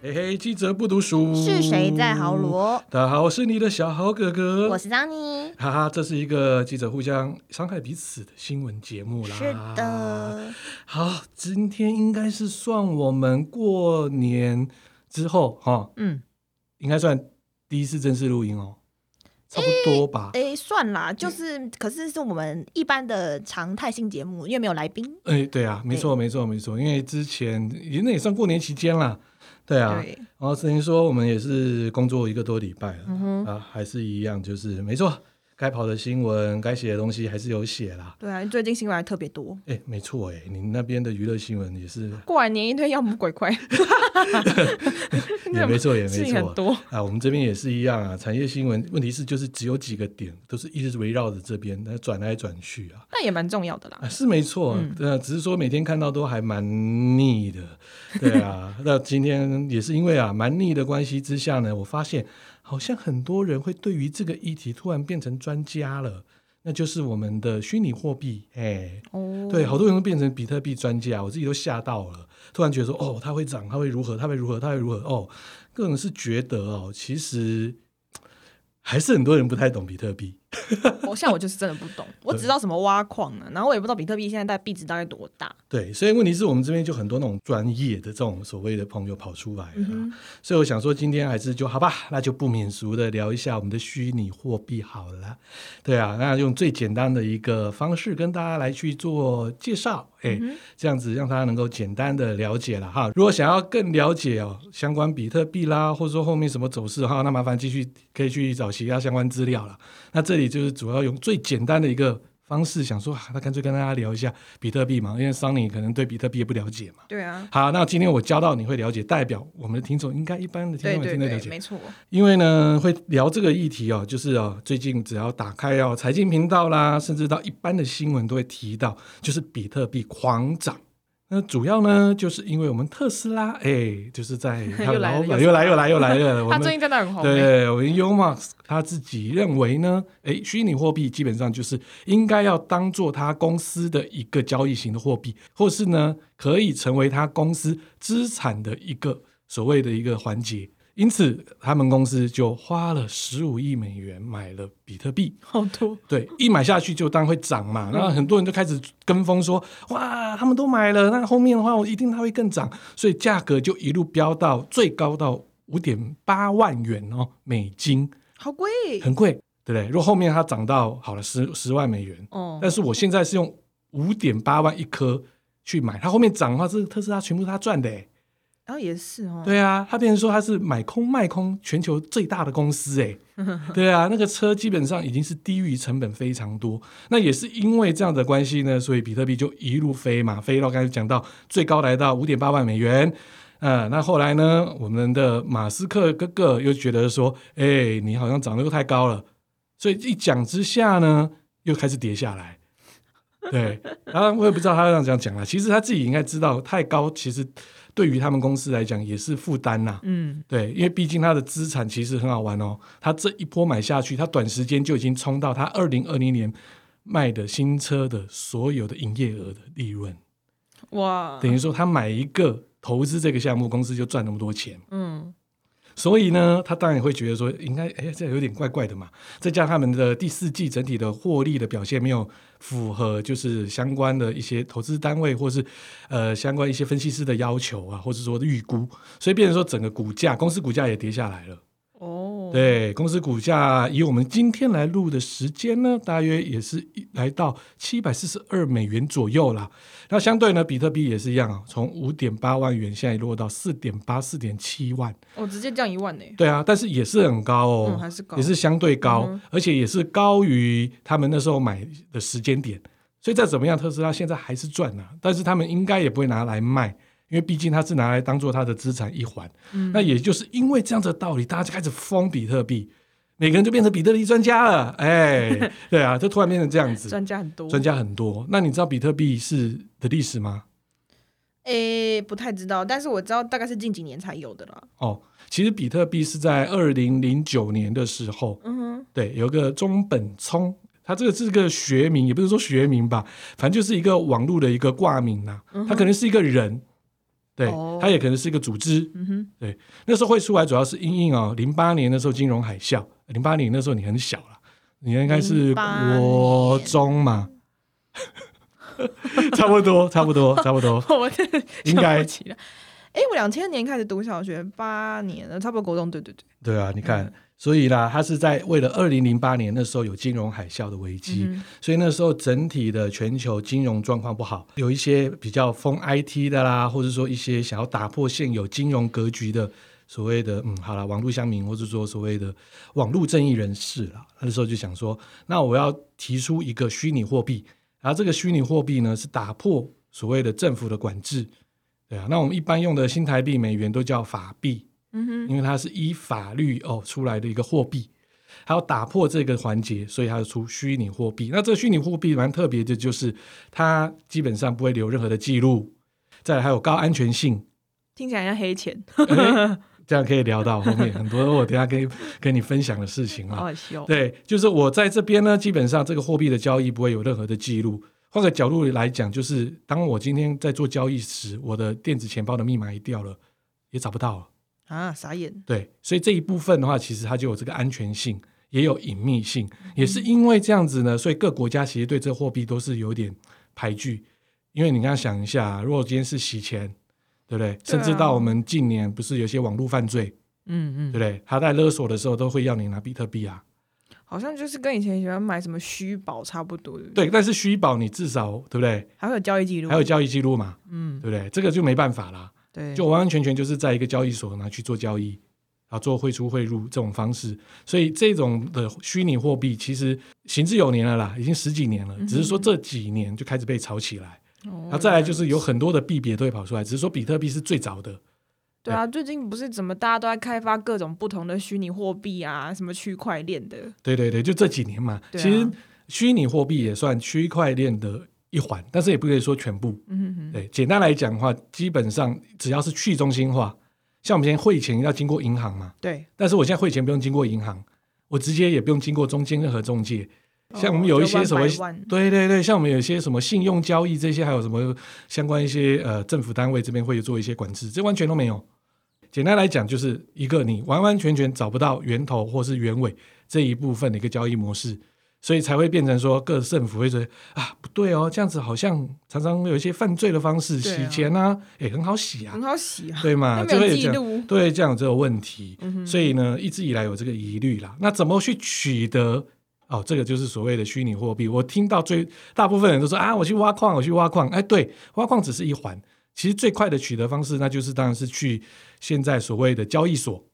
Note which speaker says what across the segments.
Speaker 1: 嘿嘿，记者不读书。
Speaker 2: 是谁在豪罗？
Speaker 1: 大家好，我是你的小豪哥哥。
Speaker 2: 我是张妮。
Speaker 1: 哈哈，这是一个记者互相伤害彼此的新闻节目啦。
Speaker 2: 是。的，
Speaker 1: 好，今天应该是算我们过年之后哈，
Speaker 2: 嗯，
Speaker 1: 应该算第一次正式录音哦，差不多吧。
Speaker 2: 诶，算啦，就是，可是是我们一般的常态性节目，因为没有来宾。
Speaker 1: 哎、对啊，没错，没错，没错，因为之前也那也算过年期间啦。对啊，
Speaker 2: 对，
Speaker 1: 然后等于说我们也是工作一个多礼拜了。
Speaker 2: 嗯哼，
Speaker 1: 啊，还是一样，就是没错，该跑的新闻、该写的东西还是有写啦。
Speaker 2: 对啊，最近新闻还特别多。
Speaker 1: 哎，没错，哎，你那边的娱乐新闻也 是，
Speaker 2: 过完年一堆妖魔鬼 怪，
Speaker 1: 也没错，也没
Speaker 2: 事情很
Speaker 1: 错。
Speaker 2: 多。
Speaker 1: 啊，我们这边也是一样啊，产业新闻，问题是就是只有几个点，都是一直围绕着这边，那转来转去啊，
Speaker 2: 但也蛮重要的啦
Speaker 1: 啊。是没错，
Speaker 2: 嗯
Speaker 1: 呃、只是说每天看到都还蛮腻的，对啊。 那今天也是因为啊蛮腻的关系之下呢，我发现好像很多人会对于这个议题突然变成专家了，那就是我们的虚拟货币，哎、
Speaker 2: 哦，
Speaker 1: 对，好多人都变成比特币专家，我自己都吓到了。突然觉得说，哦，它会涨，它会如何，它会如何，它会如何？哦，个人是觉得哦，其实还是很多人不太懂比特币。
Speaker 2: 我像我就是真的不懂，我只知道什么挖矿啊，然后我也不知道比特币现在大币值大概多大。
Speaker 1: 对，所以问题是我们这边就很多那种专业的这种所谓的朋友跑出来啊了。
Speaker 2: 嗯哼，
Speaker 1: 所以我想说，今天还是就好吧，那就不免俗的聊一下我们的虚拟货币好了。对啊，那用最简单的一个方式跟大家来去做介绍，哎、这样子让大家能够简单的了解了哈。如果想要更了解哦相关比特币啦，或者说后面什么走势哈，那麻烦继续可以去找其他相关资料了。那这里就是主要用最简单的一个。方式想说，啊那干脆跟大家聊一下比特币嘛，因为桑尼可能对比特币也不了解嘛。
Speaker 2: 对啊，
Speaker 1: 好，那今天我教到你会了解，代表我们的听众应该一般的听
Speaker 2: 对
Speaker 1: 众也
Speaker 2: 对
Speaker 1: 听得了
Speaker 2: 对，
Speaker 1: 解，
Speaker 2: 没错。
Speaker 1: 因为呢会聊这个议题哦，就是哦，最近只要打开哦财经频道啦，甚至到一般的新闻都会提到，就是比特币狂涨。那主要呢，就是因为我们特斯拉，哎，就是在 他的
Speaker 2: 又来
Speaker 1: 老
Speaker 2: 了
Speaker 1: 板又来又来又来了，我
Speaker 2: 他
Speaker 1: 们
Speaker 2: 最近真的很红欸。
Speaker 1: 对，我们 u m a x 他自己认为呢，诶，虚拟货币基本上就是应该要当做他公司的一个交易型的货币，或是呢可以成为他公司资产的一个所谓的一个环节。因此，他们公司就花了十五亿美元买了比特币。
Speaker 2: 好多。
Speaker 1: 对，一买下去就当然会涨嘛，然后很多人就开始跟风说，哇，他们都买了，那后面的话我一定它会更涨，所以价格就一路飙到最高到五点八万元哦，美金，
Speaker 2: 好贵
Speaker 1: 很贵，对不对？如果后面它涨到好了十十万美元，
Speaker 2: 哦，
Speaker 1: 但是我现在是用五点八万一颗去买，它后面涨的话，这个特斯拉全部是他赚的、欸，
Speaker 2: 然后也是哦，
Speaker 1: 对啊，他变成说他是买空卖空全球最大的公司、欸，对啊，那个车基本上已经是低于成本非常多。那也是因为这样的关系呢，所以比特币就一路飞嘛，飞到刚才讲到最高来到五点八万美元。呃，那后来呢，我们的马斯克哥哥又觉得说，哎、你好像涨得又太高了，所以一讲之下呢，又开始跌下来。对，然后我也不知道他这样讲讲啦，其实他自己应该知道，太高其实对于他们公司来讲也是负担呐、
Speaker 2: 嗯，
Speaker 1: 对，因为毕竟它的资产其实很好玩哦，它这一波买下去，它短时间就已经冲到它二零二零年卖的新车的所有的营业额的利润，
Speaker 2: 哇，
Speaker 1: 等于说他买一个投资这个项目，公司就赚那么多钱。
Speaker 2: 嗯，
Speaker 1: 所以呢，他当然也会觉得说，应该哎，这有点怪怪的嘛。再加上他们的第四季整体的获利的表现没有符合，就是相关的一些投资单位或是呃相关一些分析师的要求啊，或者说预估，所以变成说整个股价，公司股价也跌下来了。
Speaker 2: 哦，，
Speaker 1: 对，公司股价以我们今天来录的时间呢，大约也是一来到七百四十二美元左右啦。那相对呢，比特币也是一样啊，从五点八万元现在落到四点八、四点七万。
Speaker 2: 我哦直接降一万呢，
Speaker 1: 对啊，但是也是很高哦，
Speaker 2: 嗯还是高
Speaker 1: 也是相对高，
Speaker 2: 嗯
Speaker 1: 而且也是高于他们那时候买的时间点。所以再怎么样，特斯拉现在还是赚啊，但是他们应该也不会拿来卖，因为毕竟它是拿来当做它的资产一环。
Speaker 2: 嗯
Speaker 1: 那也就是因为这样子的道理，大家就开始疯比特币，每个人就变成比特币专家了。 哎，对啊，就突然变成这样子，
Speaker 2: 专家很多，
Speaker 1: 专，家很多。那你知道比特币是的历史吗？
Speaker 2: 诶，不太知道，但是我知道大概是近几年才有的啦，
Speaker 1: 哦，其实比特币是在二零零九年的时候，
Speaker 2: 嗯哼，
Speaker 1: 对，有个中本聪，他这个是个学名，也啊不是说学名吧，反正就是一个网络的一个挂名呐、他可能是一个人，对
Speaker 2: 嗯哦，
Speaker 1: 它也可能是一个组织。
Speaker 2: 嗯哼，
Speaker 1: 对，那时候会出来主要是因应哦，零八年那时候金融海啸，零八年那时候你很小了，你应该是
Speaker 2: 08
Speaker 1: 国中嘛， 差不多，差不多，差不多，
Speaker 2: 我真 的
Speaker 1: 应
Speaker 2: 想
Speaker 1: 该
Speaker 2: 不起来。哎、我两千年开始读小学，八年了，差不多国中，对对对，
Speaker 1: 对啊，你看，所以啦，它是在为了二零零八年那时候有金融海啸的危机，
Speaker 2: 嗯
Speaker 1: 所以那时候整体的全球金融状况不好，有一些比较疯 IT 的啦，或者说一些想要打破现有金融格局的所谓的嗯，好啦，网络乡民，或者说所谓的网络正义人士啦，那时候就想说，那我要提出一个虚拟货币，然后这个虚拟货币呢是打破所谓的政府的管制，对啊，那我们一般用的新台币、美元都叫法币，
Speaker 2: 嗯哼，
Speaker 1: 因为它是依法律哦出来的一个货币，还要打破这个环节，所以它就出虚拟货币。那这个虚拟货币蛮特别的，就是它基本上不会留任何的记录，再来还有高安全性，
Speaker 2: 听起来像 黑钱，
Speaker 1: 哎这样可以聊到后面很多我等一下跟跟你分享的事情
Speaker 2: 好
Speaker 1: 啊。
Speaker 2: 好笑。
Speaker 1: 对，就是我在这边呢，基本上这个货币的交易不会有任何的记录。换个角度来讲，就是当我今天在做交易时，我的电子钱包的密码一掉了，也找不到了。
Speaker 2: 啊，傻眼，
Speaker 1: 对，所以这一部分的话，其实它就有这个安全性，也有隐秘性，也是因为这样子呢，所以各国家其实对这货币都是有点排拒，因为你刚刚想一下，如果今天是洗钱，对不对？甚至到我们近年不是有些网络犯罪，对
Speaker 2: 嗯
Speaker 1: 不对？他在勒索的时候都会要你拿比特币啊，
Speaker 2: 嗯，好像就是跟以前喜欢买什么虚宝差不多，对不对？
Speaker 1: 对，但是虚宝你至少对不对？
Speaker 2: 还会有交易记录，
Speaker 1: 还有交易记录嘛，
Speaker 2: 嗯
Speaker 1: 对，不对？这个就没办法啦。
Speaker 2: 对，哦
Speaker 1: 就完完全全就是在一个交易所拿去做交易，啊，做汇出汇入这种方式，所以这种的虚拟货币其实行之有年了啦，已经十几年了
Speaker 2: 嗯哼，
Speaker 1: 只是说这几年就开始被炒起来，
Speaker 2: 哦
Speaker 1: 然后再来就是有很多的币别都会跑出来，只是说比特币是最早的，
Speaker 2: 对啊，最近不是怎么大家都在开发各种不同的虚拟货币啊，什么区块链的，
Speaker 1: 对对对，就这几年嘛，
Speaker 2: 对啊
Speaker 1: 其实虚拟货币也算区块链的一环，但是也不可以说全部，
Speaker 2: 嗯哼哼，
Speaker 1: 对，简单来讲的话，基本上只要是去中心化，像我们现在汇钱要经过银行嘛。
Speaker 2: 对，
Speaker 1: 但是我现在汇钱不用经过银行，我直接也不用经过中间任何中介。像我们
Speaker 2: 哦
Speaker 1: 有一
Speaker 2: 就
Speaker 1: 些
Speaker 2: 万
Speaker 1: 什么
Speaker 2: 百万
Speaker 1: 对对对，像我们有一些什么信用交易这些，还有什么相关一些呃政府单位这边会做一些管制，这完全都没有。简单来讲，就是一个你完完全全找不到源头或是原委这一部分的一个交易模式，所以才会变成说各政府会觉得啊不对哦，这样子好像常常有一些犯罪的方式，
Speaker 2: 对啊
Speaker 1: 洗钱啊，也很好洗啊
Speaker 2: 很，好洗啊，
Speaker 1: 对嘛？
Speaker 2: 又
Speaker 1: 就
Speaker 2: 没
Speaker 1: 会
Speaker 2: 有
Speaker 1: 有
Speaker 2: 记
Speaker 1: 这样。
Speaker 2: 录，
Speaker 1: 对，这样有这个问题，
Speaker 2: 嗯哼
Speaker 1: 所以呢，一直以来有这个疑虑啦。那怎么去取得？哦，这个就是所谓的虚拟货币。我听到最大部分人都说啊，我去挖矿，我去挖矿。哎，对，挖矿只是一环，其实最快的取得方式，那就是当然是去现在所谓的交易所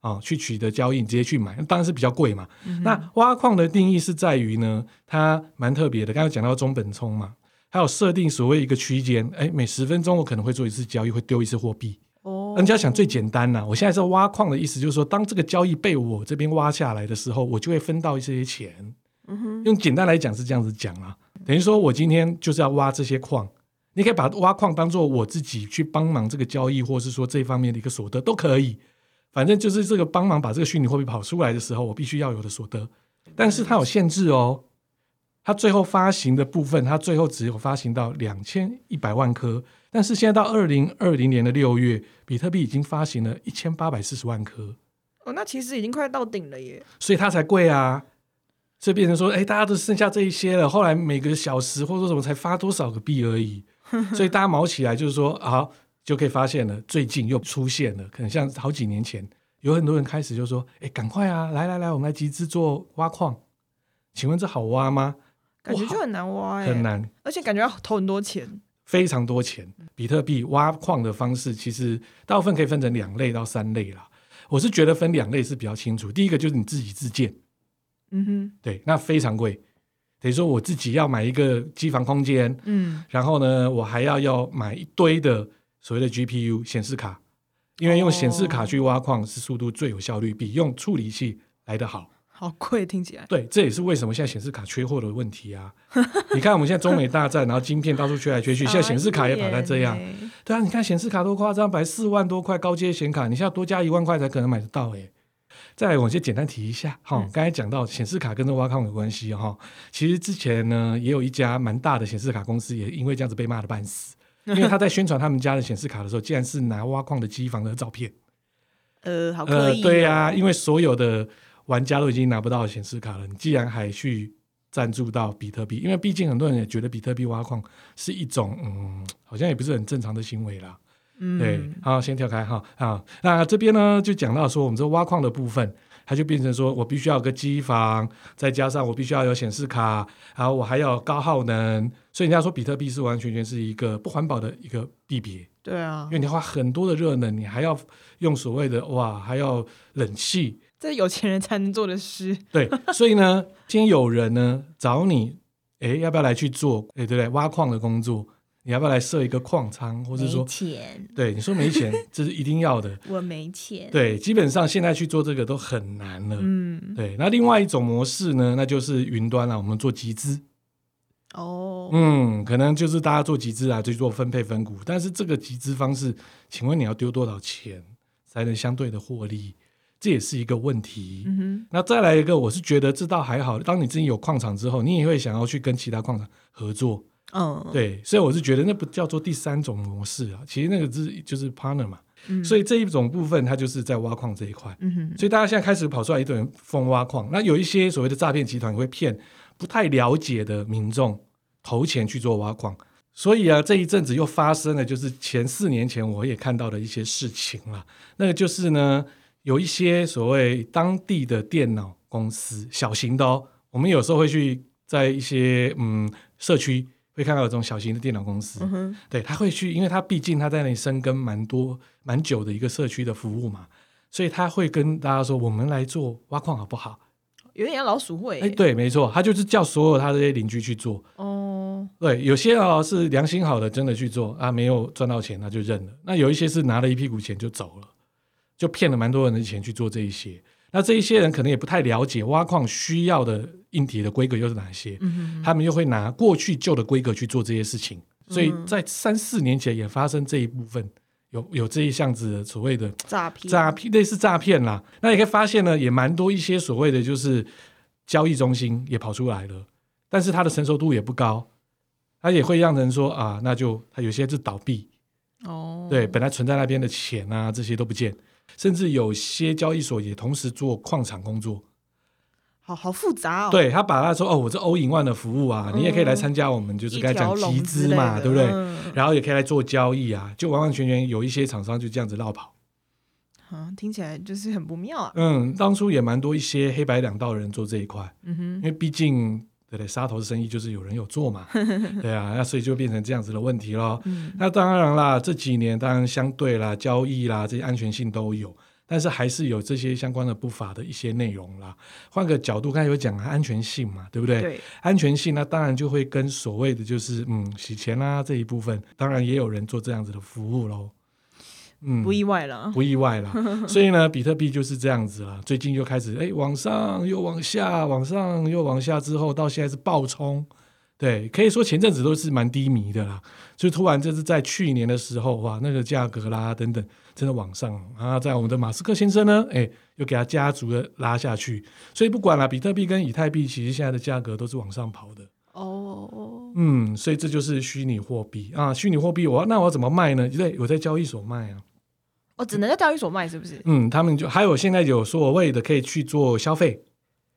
Speaker 1: 啊、去取得交易，你直接去买，当然是比较贵嘛。
Speaker 2: 嗯哼
Speaker 1: 那挖矿的定义是在于呢，它蛮特别的。刚才讲到中本聪嘛，还有设定所谓一个区间，哎，每十分钟我可能会做一次交易，会丢一次货币。
Speaker 2: 哦，
Speaker 1: 人家想最简单呐、我现在是挖矿的意思，就是说，当这个交易被我这边挖下来的时候，我就会分到一些钱。
Speaker 2: 嗯哼，
Speaker 1: 用简单来讲是这样子讲啦、等于说我今天就是要挖这些矿，你可以把挖矿当做我自己去帮忙这个交易，或是说这方面的一个所得都可以。反正就是这个帮忙把这个虚拟货币跑出来的时候，我必须要有的所得，但是它有限制哦。它最后发行的部分，它最后只有发行到两千一百万颗，但是现在到二零二零年的六月，比特币已经发行了一千八百四十万颗，
Speaker 2: 哦，那其实已经快到顶了耶，
Speaker 1: 所以它才贵啊。所以变成说，哎、大家都剩下这一些了。后来每个小时或者说什么才发多少个币而已，所以大家毛起来就是说，好就可以发现了，最近又出现了，可能像好几年前，有很多人开始就说，哎、赶快啊，来来来，我们来集资做挖矿。请问这好挖吗？
Speaker 2: 感觉就
Speaker 1: 哇
Speaker 2: 很难挖耶，
Speaker 1: 很，难，
Speaker 2: 而且感觉要投很多钱，
Speaker 1: 非常多钱。比特币挖矿的方式其实大部分可以分成两类到三类啦。我是觉得分两类是比较清楚。第一个就是你自己自建，
Speaker 2: 嗯哼，
Speaker 1: 对，那非常贵。等于说我自己要买一个机房空间，
Speaker 2: 嗯，
Speaker 1: 然后呢，我还要要买一堆的所谓的 GPU 显示卡，因为用显示卡去挖矿是速度最有效率，比用处理器来得好。
Speaker 2: 好贵，听起来，
Speaker 1: 对，这也是为什么现在显示卡缺货的问题啊！你看我们现在中美大战，然后晶片到处缺来缺去，现在显示卡也跑成这样
Speaker 2: 傻。眼耶
Speaker 1: 对啊，你看显示卡多夸张，百四万多块高阶显卡，你现在多加一万块才可能买得到哎、再来，我先简单提一下哈
Speaker 2: 嗯，
Speaker 1: 刚才讲到显示卡跟这挖矿有关 系哈。其实之前呢，也有一家蛮大的显示卡公司也因为这样子被骂的半死，因为他在宣传他们家的显示卡的时候，竟然是拿挖矿的机房的照片。
Speaker 2: 呃，好刻
Speaker 1: 呃，
Speaker 2: 意、哦
Speaker 1: 对
Speaker 2: 呀、
Speaker 1: 啊，因为所有的玩家都已经拿不到显示卡了，你既然还去赞助到比特币，因为毕竟很多人也觉得比特币挖矿是一种嗯，好像也不是很正常的行为啦。
Speaker 2: 嗯，
Speaker 1: 对，好，先跳开哈啊。那这边呢，就讲到说我们这挖矿的部分，它就变成说我必须要有个机房，再加上我必须要有显示卡，然后我还要有高耗能，所以人家说比特币是完完全全是一个不环保的一个币别，
Speaker 2: 对啊
Speaker 1: 因，为你花很多的热能，你还要用所谓的哇，还要冷气，
Speaker 2: 这有钱人才能做的事，
Speaker 1: 对，所以呢，今天有人呢找你，诶，要不要来去做？诶，对不对？挖矿的工作，你要不要来设一个矿仓，或
Speaker 2: 我
Speaker 1: 者说，
Speaker 2: 钱，
Speaker 1: 对，你说没钱，这是一定要的。
Speaker 2: 我没钱，，
Speaker 1: 对，基本上现在去做这个都很难了。
Speaker 2: 嗯，
Speaker 1: 对，那另外一种模式呢，那就是云端啊啦、我们做集资，
Speaker 2: 哦，
Speaker 1: 嗯，可能就是大家做集资啊，去做分配分股。但是这个集资方式，请问你要丢多少钱才能相对的获利？这也是一个问题。
Speaker 2: 嗯
Speaker 1: 那再来一个，我是觉得这倒还好。当你自己有矿场之后，你也会想要去跟其他矿场合作，
Speaker 2: 哼，嗯，，
Speaker 1: 对，所以我是觉得那不叫做第三种模式啊，其实那个是就是 partner 嘛，
Speaker 2: 嗯、
Speaker 1: 所
Speaker 2: 以，
Speaker 1: 以这一种部分它就是在挖矿这一块，
Speaker 2: 嗯哼，
Speaker 1: 所以大家现在开始跑出来一堆人疯挖矿，那有一些所谓的诈骗集团也会骗不太了解的民众投钱去做挖矿，所以啊
Speaker 2: 嗯
Speaker 1: 这一阵子又发生了，就是前四年前我也看到的一些事情啦，那个就是呢有一些所谓当地的电脑公司，小型的哦，我们有时候会去在一些嗯社区会看到有这种小型的电脑公司，
Speaker 2: 嗯哼，
Speaker 1: 对，他会去，因为他毕竟他在那里深耕蛮多蛮久的一个社区的服务嘛，所以他会跟大家说，我们来做挖矿好不好？
Speaker 2: 有点像老鼠会、
Speaker 1: 哎，，对，没错，他就是叫所有他这些邻居去做。
Speaker 2: 哦，
Speaker 1: 对，有些哦是良心好的，真的去做啊，没有赚到钱那就认了。那有一些是拿了一屁股钱就走了，就骗了蛮多人的钱去做这一些。那这一些人可能也不太了解挖矿需要的硬体的规格又是哪些，
Speaker 2: 嗯哼，
Speaker 1: 他们又会拿过去旧的规格去做这些事情，所以
Speaker 2: 嗯
Speaker 1: 在三四年前也发生这一部分，有有这一项子的所谓的
Speaker 2: 诈骗，
Speaker 1: 诈骗，类似诈骗啦。那也可以发现呢，也蛮多一些所谓的就是交易中心也跑出来了，但是它的成熟度也不高，它也会让人说啊，那就它有些是倒闭，
Speaker 2: 哦，
Speaker 1: 对，，本来存在那边的钱啊，这些都不见，甚至有些交易所也同时做矿场工作，
Speaker 2: 好好复杂哦，，
Speaker 1: 对他把他说哦，我这欧 n 万的服务啊，
Speaker 2: 嗯
Speaker 1: 你也可以来参加我们，就是
Speaker 2: 一
Speaker 1: 刚才讲
Speaker 2: 条
Speaker 1: 集
Speaker 2: 龙之
Speaker 1: 资
Speaker 2: 类
Speaker 1: 嘛，
Speaker 2: 的
Speaker 1: 对不对？
Speaker 2: 嗯
Speaker 1: 然后也可以来做交易啊，就完完全全有一些厂商就这样子绕跑。
Speaker 2: 啊，听起来就是很不妙啊，
Speaker 1: 嗯，当初也蛮多一些黑白两道人做这一块，
Speaker 2: 嗯
Speaker 1: 因为毕竟对不对，杀头的生意就是有人有做嘛，对啊，那所以就变成这样子的问题咯。
Speaker 2: 哼，嗯，
Speaker 1: 那当然啦，这几年当然相对啦，交易啦这些安全性都有，但是还是有这些相关的不法的一些内容啦。换个角度，刚才有讲啊，安全性嘛，对不对？
Speaker 2: 对，
Speaker 1: 安全性，那当然就会跟所谓的就是嗯洗钱啦、这一部分，当然也有人做这样子的服务喽。嗯，
Speaker 2: 不意外了，
Speaker 1: 不意外啦。所以呢，比特币就是这样子啦。最近就开始哎往上又往下，往上又往下，之后到现在是暴冲。对，可以说前阵子都是蛮低迷的啦，就突然就是在去年的时候，哇，那个价格啦等等，真的往上啊，在我们的马斯克先生呢，哎，又给他家族的拉下去，所以不管啦，比特币跟以太币其实现在的价格都是往上跑的，
Speaker 2: 哦，
Speaker 1: 嗯，所以这就是虚拟货币啊，虚拟货币我要那我要怎么卖呢？对，我在交易所卖啊，
Speaker 2: 哦，只能在交易所卖是不是？
Speaker 1: 嗯，他们就还有现在有所谓的可以去做消费，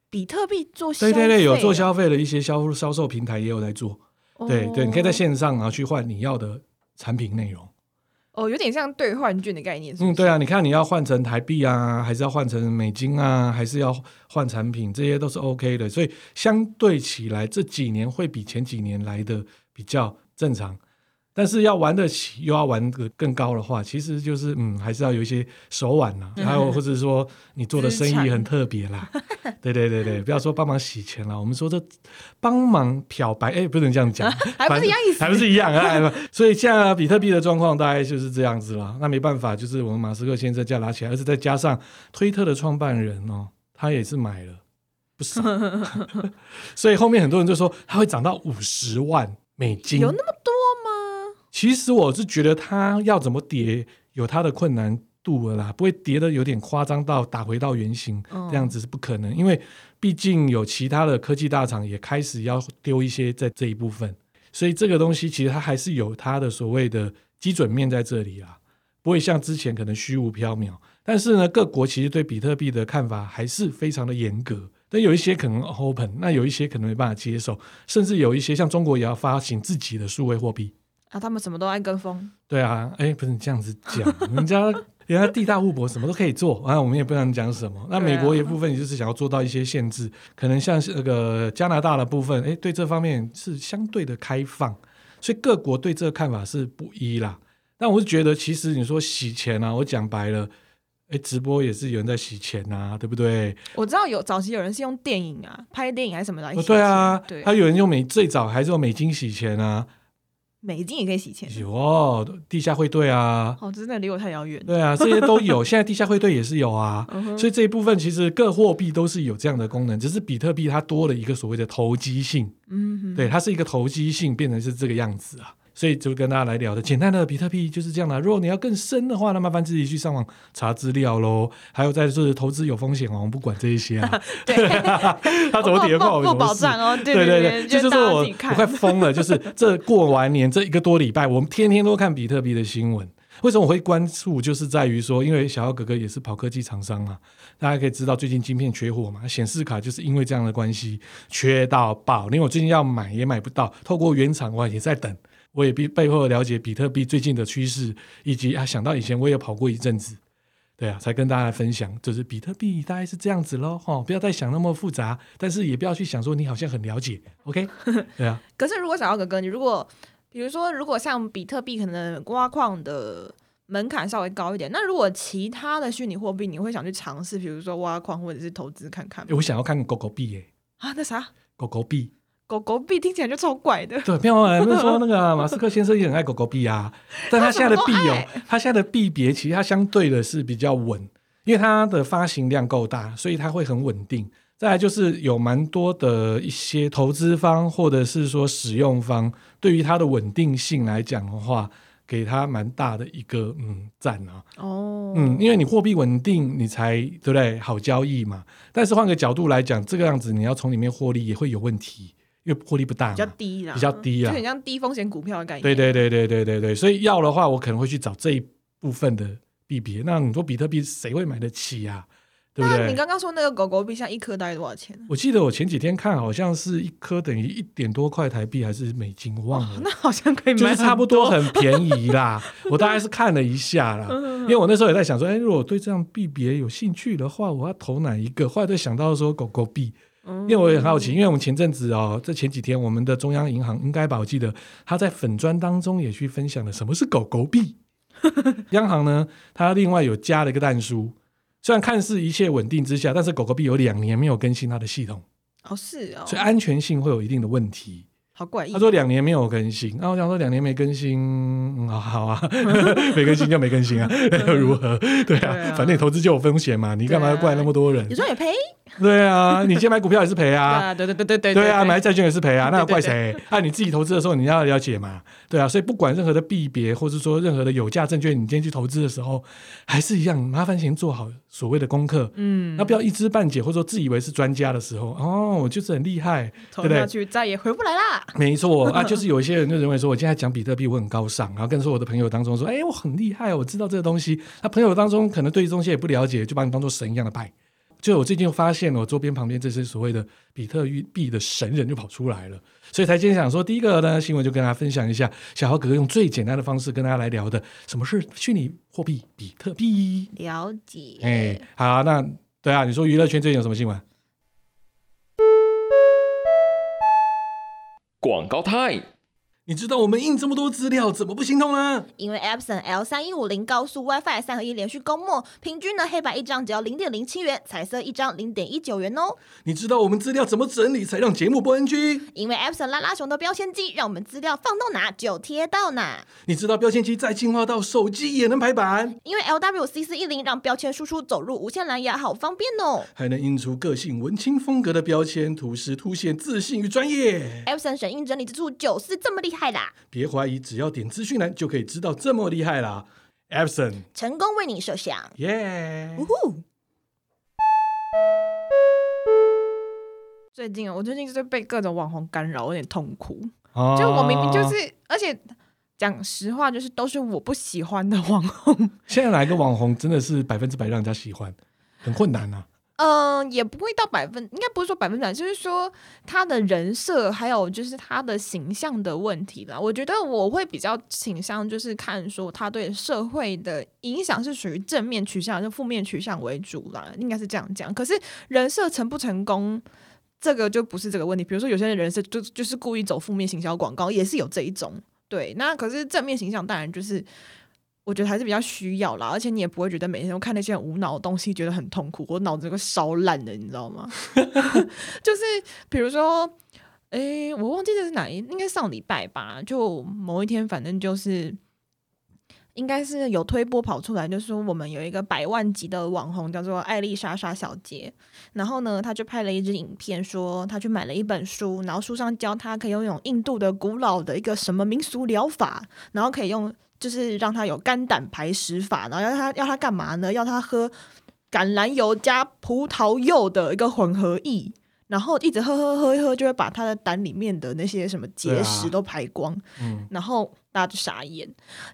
Speaker 2: 比特币做消
Speaker 1: 对对对，有做
Speaker 2: 费啊，
Speaker 1: 消费的一些销销售平台也有在做，
Speaker 2: 哦
Speaker 1: 对对，你可以在线上然后去换你要的产品内容。
Speaker 2: 哦，哦，有点像兑换券的概念，是不
Speaker 1: 嗯，
Speaker 2: 是
Speaker 1: 对啊，你看你要换成台币啊，还是要换成美金啊，还是要换产品，这些都是 OK 的。所以相对起来，这几年会比前几年来的比较正常。但是要玩得起，又要玩个更高的话，其实就是嗯，还是要有一些手腕呐、
Speaker 2: 嗯
Speaker 1: 还有或者说你做的生意很特别啦，对对对对，不要说帮忙洗钱啦，我们说这帮忙漂白，哎，不能这样讲，
Speaker 2: 还不是一样意
Speaker 1: 还不
Speaker 2: 思，
Speaker 1: 是一样啊？所以现在比特币的状况大概就是这样子了。那没办法，就是我们马斯克先生这样拉起来，而且再加上推特的创办人哦，他也是买了不少， 所以后面很多人就说它会涨到五十万美金
Speaker 2: 有。那么多吗？
Speaker 1: 其实我是觉得它要怎么跌有它的困难度了啦，不会跌的有点夸张到打回到原形
Speaker 2: 嗯
Speaker 1: 这样子是不可能，因为毕竟有其他的科技大厂也开始要丢一些在这一部分。所以这个东西其实它还是有它的所谓的基准面在这里啊，不会像之前可能虚无缥缈。但是呢，各国其实对比特币的看法还是非常的严格。但有一些可能 open，那有一些可能没办法接受，甚至有一些像中国也要发行自己的数位货币。
Speaker 2: 啊，他们什么都爱跟风，
Speaker 1: 对啊，哎，不是你这样子 讲，人家人家地大物博，什么都可以做，啊，我们也不能讲什么。那
Speaker 2: 啊
Speaker 1: 美国一部分就是想要做到一些限制，可能像是那个加拿大的部分，哎，对这方面是相对的开放，所以各国对这个看法是不一啦。但我是觉得，其实你说洗钱啊，我讲白了，哎，直播也是有人在洗钱啊，对不对？
Speaker 2: 我知道有早期有人是用电影啊，拍电影还是什么来洗
Speaker 1: 哦
Speaker 2: 钱、
Speaker 1: 对啊，
Speaker 2: 对，
Speaker 1: 还有人用美最早还是用美金洗钱 啊，
Speaker 2: 美金也可以洗钱。
Speaker 1: 有哦，地下汇兑啊，
Speaker 2: 哦，真的离我太遥远。
Speaker 1: 对啊，这些都有。现在地下汇兑也是有啊，
Speaker 2: 嗯哼
Speaker 1: 所以这一部分其实各货币都是有这样的功能，只是比特币它多了一个所谓的投机性，
Speaker 2: 嗯哼，
Speaker 1: 对，它是一个投机性变成是这个样子啊。所以就跟大家来聊的，简单的比特币就是这样啦、如果你要更深的话，那麻烦自己去上网查资料喽。还有再就是投资有风险哦，我们不管这一些啊。
Speaker 2: 对，
Speaker 1: 它怎么啊跌
Speaker 2: 不
Speaker 1: 爆？
Speaker 2: 不保障哦，对
Speaker 1: 对
Speaker 2: 对
Speaker 1: 对，这
Speaker 2: 就
Speaker 1: 就是
Speaker 2: 大家
Speaker 1: 我
Speaker 2: 自己
Speaker 1: 我快
Speaker 2: 看。
Speaker 1: 疯了，就是这过完年这一个多礼拜，我们天天都看比特币的新闻。为什么我会关注？就是在于说，因为小奥哥哥也是跑科技厂商啊，大家可以知道最近晶片缺货嘛，显示卡就是因为这样的关系缺到爆。因为我最近要买也买不到，透过原厂我也在等，我也被被迫了解比特币最近的趋势，以及啊想到以前我也跑过一阵子，对啊，才跟大家分享，就是比特币大概是这样子咯。哦，不要再想那么复杂，但是也不要去想说你好像很了解，OK？对啊，
Speaker 2: 可是如果小奥哥哥，你如果比如说，如果像比特币可能挖矿的门槛稍微高一点，那如果其他的虚拟货币，你会想去尝试，比如说挖矿或者是投资看看
Speaker 1: 诶
Speaker 2: 吗？
Speaker 1: 我想要看狗狗币耶、
Speaker 2: 啊，那啥，
Speaker 1: 狗狗币，
Speaker 2: 狗狗币听起来就超怪 的。
Speaker 1: 对，没有啊，不是说那个啊马斯克先生也很爱狗狗币 啊，但他现在的币
Speaker 2: 他什么都
Speaker 1: 哦，他现在的币别其实它相对的是比较稳，因为它的发行量够大，所以它会很稳定。再来就是有蛮多的一些投资方或者是说使用方，对于它的稳定性来讲的话，给它蛮大的一个嗯赞啊。
Speaker 2: 哦，
Speaker 1: 嗯，因为你货币稳定，你才对不对好交易嘛。但是换个角度来讲，这个样子你要从里面获利也会有问题，因为获利不大
Speaker 2: 比较
Speaker 1: 嘛。
Speaker 2: 低啦，
Speaker 1: 比较低啦
Speaker 2: 就很像低风险股票的概念。
Speaker 1: 对对对对对对对，所以要的话，我可能会去找这一部分的币别。那你说比特币谁会买得起啊？对不
Speaker 2: 那你
Speaker 1: 对？
Speaker 2: 刚刚说那个狗狗币，像一颗大概多少钱？
Speaker 1: 我记得我前几天看，好像是一颗等于一点多块台币，还是美金，我忘了。
Speaker 2: 哦那好像可以买
Speaker 1: 就
Speaker 2: 很
Speaker 1: 是
Speaker 2: 多，嗯
Speaker 1: 差不多很便宜 啦，我大概是看了一下啦，因为我那时候也在想说，哎、如果对这样币别有兴趣的话，我要投哪一个？后来就想到说狗狗币，
Speaker 2: 嗯
Speaker 1: 因为我也很好奇，因为我们前阵子哦，这前几天我们的中央银行应该吧，我记得他在粉砖当中也去分享了什么是狗狗币。央行呢，它另外有加了一个蛋书，虽然看似一切稳定之下，但是狗狗币有两年没有更新它的系统，
Speaker 2: 哦，是哦，
Speaker 1: 所以安全性会有一定的问题。
Speaker 2: 好怪异
Speaker 1: 他。说两年没有更新，那我想说两年没更新，嗯、好好啊， 没更新就没更新啊， 又如何？对啊，
Speaker 2: 对啊
Speaker 1: 反正你投资就有风险嘛，你干嘛要怪那么多人
Speaker 2: 有？时候也赔
Speaker 1: 对啊，你今天买股票也是赔啊。
Speaker 2: 啊，对对对对对
Speaker 1: 对啊，买债券也是赔啊，那要
Speaker 2: 对对
Speaker 1: 怪谁？啊，你自己投资的时候你要了解嘛，对啊，所以不管任何的币别，或是说任何的有价证券，你今天去投资的时候，还是一样，麻烦先做好所谓的功课，
Speaker 2: 嗯
Speaker 1: 那，不要一知半解，或者说自以为是专家的时候，哦，我就是很厉害，对
Speaker 2: 投
Speaker 1: 不对
Speaker 2: 下？去再也回不来啦。
Speaker 1: 没 错啊，就是有一些人就认为说，我现在讲比特币我很高尚，然后跟说我的朋友当中说，哎、我很厉害，我知道这个东西。那朋友当中可能对这东西也不了解，就把你当做神一样的拜。就我最近又发现了，我周边旁边这些所谓的比特币的神人就跑出来了，所以才今天想说，第一个呢新闻就跟大家分享一下，小豪哥哥用最简单的方式跟大家来聊的，什么是虚拟货币比特币？
Speaker 2: 了
Speaker 1: 哎、
Speaker 2: 解，
Speaker 1: 好，那对啊，你说娱乐圈最近有什么新闻？
Speaker 3: 广告 time。
Speaker 1: 你知道我们印这么多资料，怎么不心痛呢？
Speaker 2: 因为 Epson L 三一五零高速 WiFi 三合一连续供墨，平均呢黑白一张只要零点零七元，彩色一张零点一九元哦。
Speaker 1: 你知道我们资料怎么整理才让节目不 NG？
Speaker 2: 因为 Epson 拉拉熊的标签机，让我们资料放到哪就贴到哪。
Speaker 1: 你知道标签机再进化到手机也能排版，
Speaker 2: 因为 LWC 四一零让标签输出走入无线蓝牙好方便哦。
Speaker 1: 还能印出个性文青风格的标签图示，凸显自信与专业。
Speaker 2: Epson 神印整理之处就是这么厉害啦，
Speaker 1: 别怀疑，只要点资讯栏就可以知道这么厉害啦。Epson，
Speaker 2: 成功为你设想。
Speaker 1: 耶、
Speaker 2: 呜呼！最近啊，我最近就是被各种网红干扰，我有点痛苦。
Speaker 1: 哦
Speaker 2: 就我明明就是，而且讲实话，就是都是我不喜欢的网红。
Speaker 1: 现在来个网红，真的是百分之百让人家喜欢，很困难啊。
Speaker 2: 嗯、也不会到百分，应该不是说百分之百，就是说他的人设，还有就是他的形象的问题啦。我觉得我会比较倾向就是看说他对社会的影响是属于正面取向，还是负面取向为主啦，应该是这样讲。可是人设成不成功，这个就不是这个问题。比如说有些人设就就是故意走负面行销广告，也是有这一种。对，那可是正面形象当然就是。我觉得还是比较需要啦，而且你也不会觉得每天都看那些很无脑的东西，觉得很痛苦，我脑子都快烧烂的，你知道吗？ 就是比如说，诶，我忘记这是哪一，应该上礼拜吧，就某一天，反正就是。应该是有推波跑出来，就是说我们有一个百万级的网红叫做艾丽莎莎小姐，然后呢，她就拍了一支影片，说她去买了一本书，然后书上教她可以用一种印度的古老的一个什么民俗疗法，然后可以用就是让他有肝胆排石法，然后要他要他干嘛呢？要他喝橄榄油加葡萄柚的一个混合液，然后一直喝喝喝一喝，就会把他的胆里面的那些什么
Speaker 1: 对
Speaker 2: 结
Speaker 1: 啊
Speaker 2: 石都排光，
Speaker 1: 嗯，
Speaker 2: 然后大家就傻眼，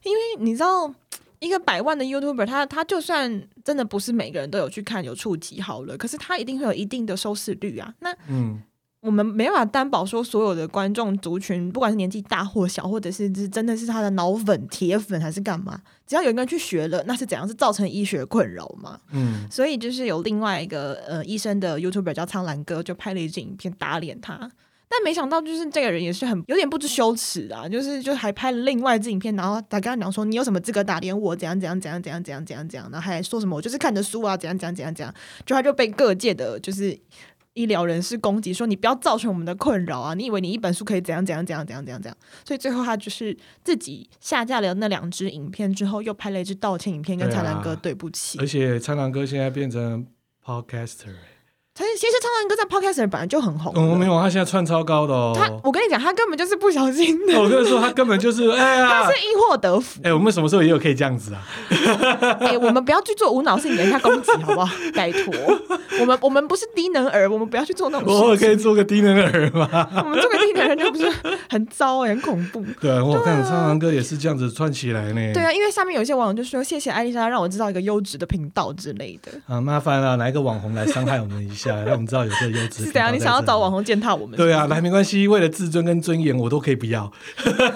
Speaker 2: 因为你知道。一个百万的 YouTuber，他他就算真的不是每个人都有去看有触及好了，可是他一定会有一定的收视率啊。那
Speaker 1: 嗯，
Speaker 2: 我们没办法担保说所有的观众族群，不管是年纪大或小，或者是是真的是他的脑粉、铁粉还是干嘛，只要有一个人去学了，那是怎样是造成医学困扰吗？
Speaker 1: 嗯，
Speaker 2: 所以就是有另外一个呃医生的 YouTuber 叫苍兰哥，就拍了一支影片打脸他。但没想到，就是这个人也是很有点不知羞耻啊，就是就还拍了另外一支影片，然后他跟他讲说你有什么资格打脸我，怎样怎样怎样怎样怎样怎样怎样，然后还说什么我就是看的书啊，怎样怎样怎样怎样，就他就被各界的就是医疗人士攻击说你不要造成我们的困扰啊，你以为你一本书可以怎样怎样怎样怎样怎样怎样，所以最后他就是自己下架了那两支影片之后，又拍了一支道歉影片跟
Speaker 1: 对啊
Speaker 2: 苍兰哥对不起
Speaker 1: 而。且苍狼哥现在变成
Speaker 2: 哦
Speaker 1: podcaster，、
Speaker 2: 他其实唱完歌在 podcast 本来就很红的，
Speaker 1: 嗯，没有，他现在窜超高的
Speaker 2: 他
Speaker 1: 哦。
Speaker 2: 我跟你讲，他根本就是不小心的，
Speaker 1: 我跟你说，他根本就是哎呀
Speaker 2: 他，是因祸得 福。
Speaker 1: 哎、我们什么时候也有可以这样子啊？
Speaker 2: 哎、我们不要去做无脑事情，人家攻击 好不好？拜托，我们我们不是低能儿，我们不要去做那
Speaker 1: 偶
Speaker 2: 种
Speaker 1: 尔
Speaker 2: 事
Speaker 1: 可以做个低能儿 嘛。
Speaker 2: 情。我们做个低能儿就不是很糟、哎，很恐 怖。
Speaker 1: 对，啊我看苍狼哥也是这样子窜起来呢。
Speaker 2: 对啊，因为下面有一些网友就说：“谢谢艾丽莎，让我知道一个优质的频道之类的。
Speaker 1: 啊，麻烦了、来一个网红来伤害我们一下，让我们知道有这个优”质。
Speaker 2: 是怎啊样？你想要找网？红践踏我们？
Speaker 1: 啊对啊，来没关系，为了自尊跟尊严，我都可以不要。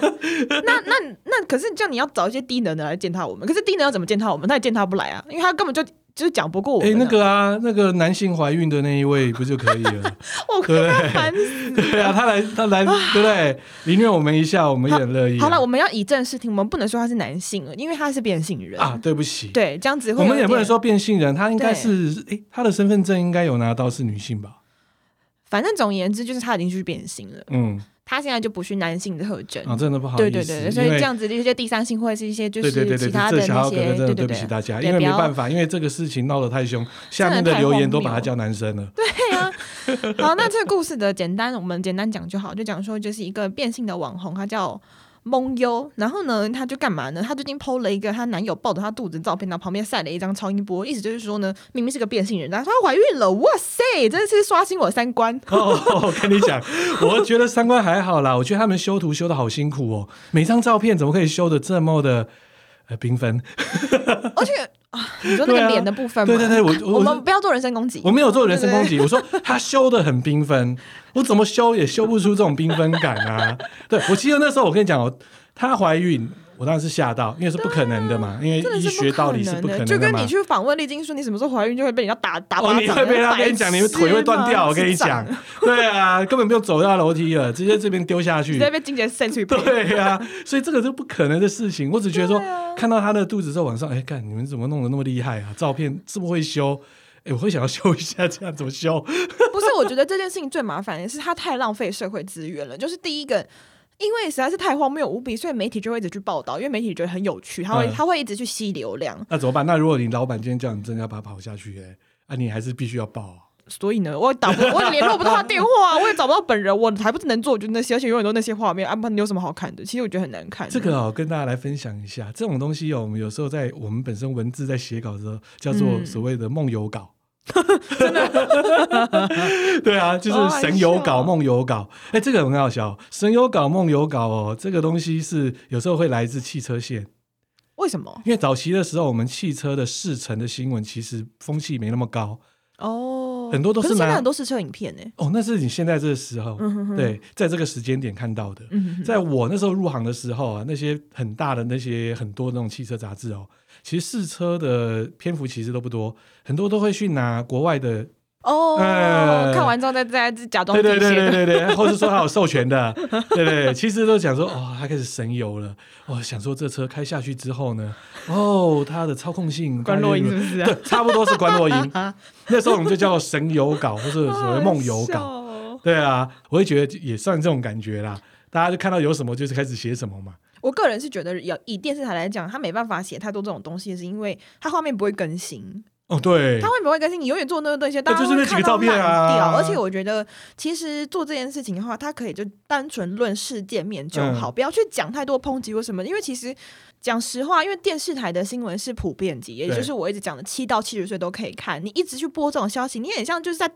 Speaker 2: 那那那可是这样，你要找一些低能的来践踏我们。可是低能要怎么践踏我们？他也践踏不来啊，因为他根本就就是讲不过我
Speaker 1: 哎、
Speaker 2: 们、啊。
Speaker 1: 那个啊，那个男性怀孕的那一位不就可以了？
Speaker 2: 我快要烦死了。
Speaker 1: 对啊，他来，他来，对不对？凌虐我们一下，我们也很乐意啊、
Speaker 2: 好了，我们要以正视听，我们不能说他是男性了，因为他是变性人
Speaker 1: 啊，对不起，
Speaker 2: 对，这样子会
Speaker 1: 我
Speaker 2: 有
Speaker 1: 们也不能
Speaker 2: 点，
Speaker 1: 说变性人，他应该
Speaker 2: 对
Speaker 1: 是，哎、他的身份证应该有拿到是女性吧？
Speaker 2: 反正总而言之，就是他已经去变性了，
Speaker 1: 嗯，
Speaker 2: 他现在就不是男性的特征。
Speaker 1: 啊，真的不好意
Speaker 2: 对
Speaker 1: 思，
Speaker 2: 对对，对所以
Speaker 1: 因为
Speaker 2: 这样子一些第三性或者是一些就
Speaker 1: 对对对
Speaker 2: 是
Speaker 1: 对，
Speaker 2: 其他的
Speaker 1: 这小
Speaker 2: 那
Speaker 1: 奥可
Speaker 2: 些，
Speaker 1: 能真的
Speaker 2: 对
Speaker 1: 对
Speaker 2: 对
Speaker 1: 不起
Speaker 2: 对，
Speaker 1: 大家，
Speaker 2: 对
Speaker 1: 因为
Speaker 2: 不
Speaker 1: 没
Speaker 2: 要
Speaker 1: 办法，因为这个事情闹得太凶，下面
Speaker 2: 真的
Speaker 1: 的
Speaker 2: 太
Speaker 1: 留言
Speaker 2: 荒
Speaker 1: 都把他
Speaker 2: 谬
Speaker 1: 叫男生 了。
Speaker 2: 对啊。好，那这个故事的简单，我们简单讲就好，就讲说就是一个变性的网红，他叫。蒙优，然后呢，她就干嘛呢？她最近 PO 了一个她男友抱着她肚子的照片，然后旁边晒了一张超音波，意思就是说呢，明明是个变性人，但是她怀孕了，哇塞，真的是刷新我三观。
Speaker 1: 哦，我跟你讲，我觉得三观还好啦。我觉得他们修图修的好辛苦哦，每张照片怎么可以修的这么的呃缤纷？
Speaker 2: 而且啊，你说那
Speaker 1: 对啊
Speaker 2: 个脸的部分吗？
Speaker 1: 对对对，我
Speaker 2: 我
Speaker 1: 我
Speaker 2: 们不要做人身攻击
Speaker 1: 我。没有做人身攻击，我说他修的很缤纷，我怎么修也修不出这种缤纷感啊！对我记得那时候我跟你讲哦，她怀孕，我当然是吓到，因为是不可能的嘛，因为
Speaker 2: 啊真的
Speaker 1: 医
Speaker 2: 是
Speaker 1: 学
Speaker 2: 不可
Speaker 1: 道理是
Speaker 2: 能
Speaker 1: 不可
Speaker 2: 的，
Speaker 1: 能
Speaker 2: 就
Speaker 1: 的
Speaker 2: 跟
Speaker 1: 嘛
Speaker 2: 你。去访问丽晶说你什么时候怀孕，就会被人家打打巴
Speaker 1: 哦，
Speaker 2: 掌。
Speaker 1: 你会被他跟你讲，你的腿会断掉，我跟你讲，对啊， 根本不用走下楼梯了，直接这边丢下去
Speaker 2: 你，在被金姐扇出去。
Speaker 1: 对呀、所以这个是不可能的事情。我只觉得说，
Speaker 2: 对啊
Speaker 1: 看到他的肚子之后，晚上哎，干你们怎么弄得那么厉害啊？照片这么会修，哎，我会想要 修一下，这样怎么修？
Speaker 2: 不是，我觉得这件事情最麻烦的是它太浪费社会资源了。就是第一个，因为实在是太荒谬无比，所以媒体就会一直去报道，因为媒体觉得很有趣，他会
Speaker 1: 嗯
Speaker 2: 他会一直去吸流量。
Speaker 1: 那怎么办？那如果你老板今天叫你真的要把它跑下去、哎，啊，你还是必须要报、啊。
Speaker 2: 所以呢，我打不，我联络不到他电话，啊我也找不到本人，我还不是能做就那些，而且永远都那些画面，啊，不然你有什么好看的？其实我觉得很难看。
Speaker 1: 这个哦，跟大家来分享一下，这种东西哦，我们有时候在我们本身文字在写稿的时候，叫做
Speaker 2: 嗯
Speaker 1: 所谓的梦游稿。 对啊，就
Speaker 2: 好
Speaker 1: 是
Speaker 2: 好
Speaker 1: 神有
Speaker 2: 笑
Speaker 1: 稿，梦有稿。哎、这个很好笑，神有稿，梦有稿哦。这个东西是有时候会来自汽车线，
Speaker 2: 为什么？
Speaker 1: 因为早期的时候，我们汽车的试乘的新闻其实风气没那么高
Speaker 2: 哦，
Speaker 1: 很多都
Speaker 2: 可
Speaker 1: 是
Speaker 2: 是现
Speaker 1: 拿
Speaker 2: 在很多试车影片呢。
Speaker 1: 哦。那是你现在这个时候，
Speaker 2: 嗯哼哼，
Speaker 1: 对，在这个时间点看到的。
Speaker 2: 嗯哼哼，
Speaker 1: 在我那时候入行的时候啊，那些很大的那些很多那种汽车杂志哦，其实试车的篇幅其实都不多，很多都会去拿国外的
Speaker 2: 哦，
Speaker 1: 哎
Speaker 2: 看完之后再再再假装
Speaker 1: 对
Speaker 2: 自
Speaker 1: 对
Speaker 2: 己
Speaker 1: 对
Speaker 2: 写的
Speaker 1: 对对 对，或是说他有授权的，对对，其实都想说哦，他开始神游了，哦，想说这车开下去之后呢，哦，它的操控性
Speaker 2: 关洛音是不是啊？
Speaker 1: 对，差不多是关洛 音，那时候我们就叫神游稿或者所谓梦游稿，
Speaker 2: 稿。
Speaker 1: 对啊，我会觉得也算这种感觉啦，大家就看到有什么就是开始写什么嘛，
Speaker 2: 我个人是觉得，要以电视台来讲，他没办法写太多这种东西，是因为他画面不会更新，
Speaker 1: 哦，对
Speaker 2: 他，画面不会更新，你永远做那个东西，大
Speaker 1: 那
Speaker 2: 家
Speaker 1: 就是
Speaker 2: 会
Speaker 1: 那几
Speaker 2: 看
Speaker 1: 个
Speaker 2: 到
Speaker 1: 照片啊
Speaker 2: 烂掉。而且我觉得，其实做这件事情的话，他可以就单纯论事件面就
Speaker 1: 嗯
Speaker 2: 好，不要去讲太多抨击或什么，因为其实。讲实话，因为电视台的新闻是普遍级，也
Speaker 1: 对
Speaker 2: 就是我一直讲的，七到七十岁都可以看。你一直去播这种消息，你很像就是在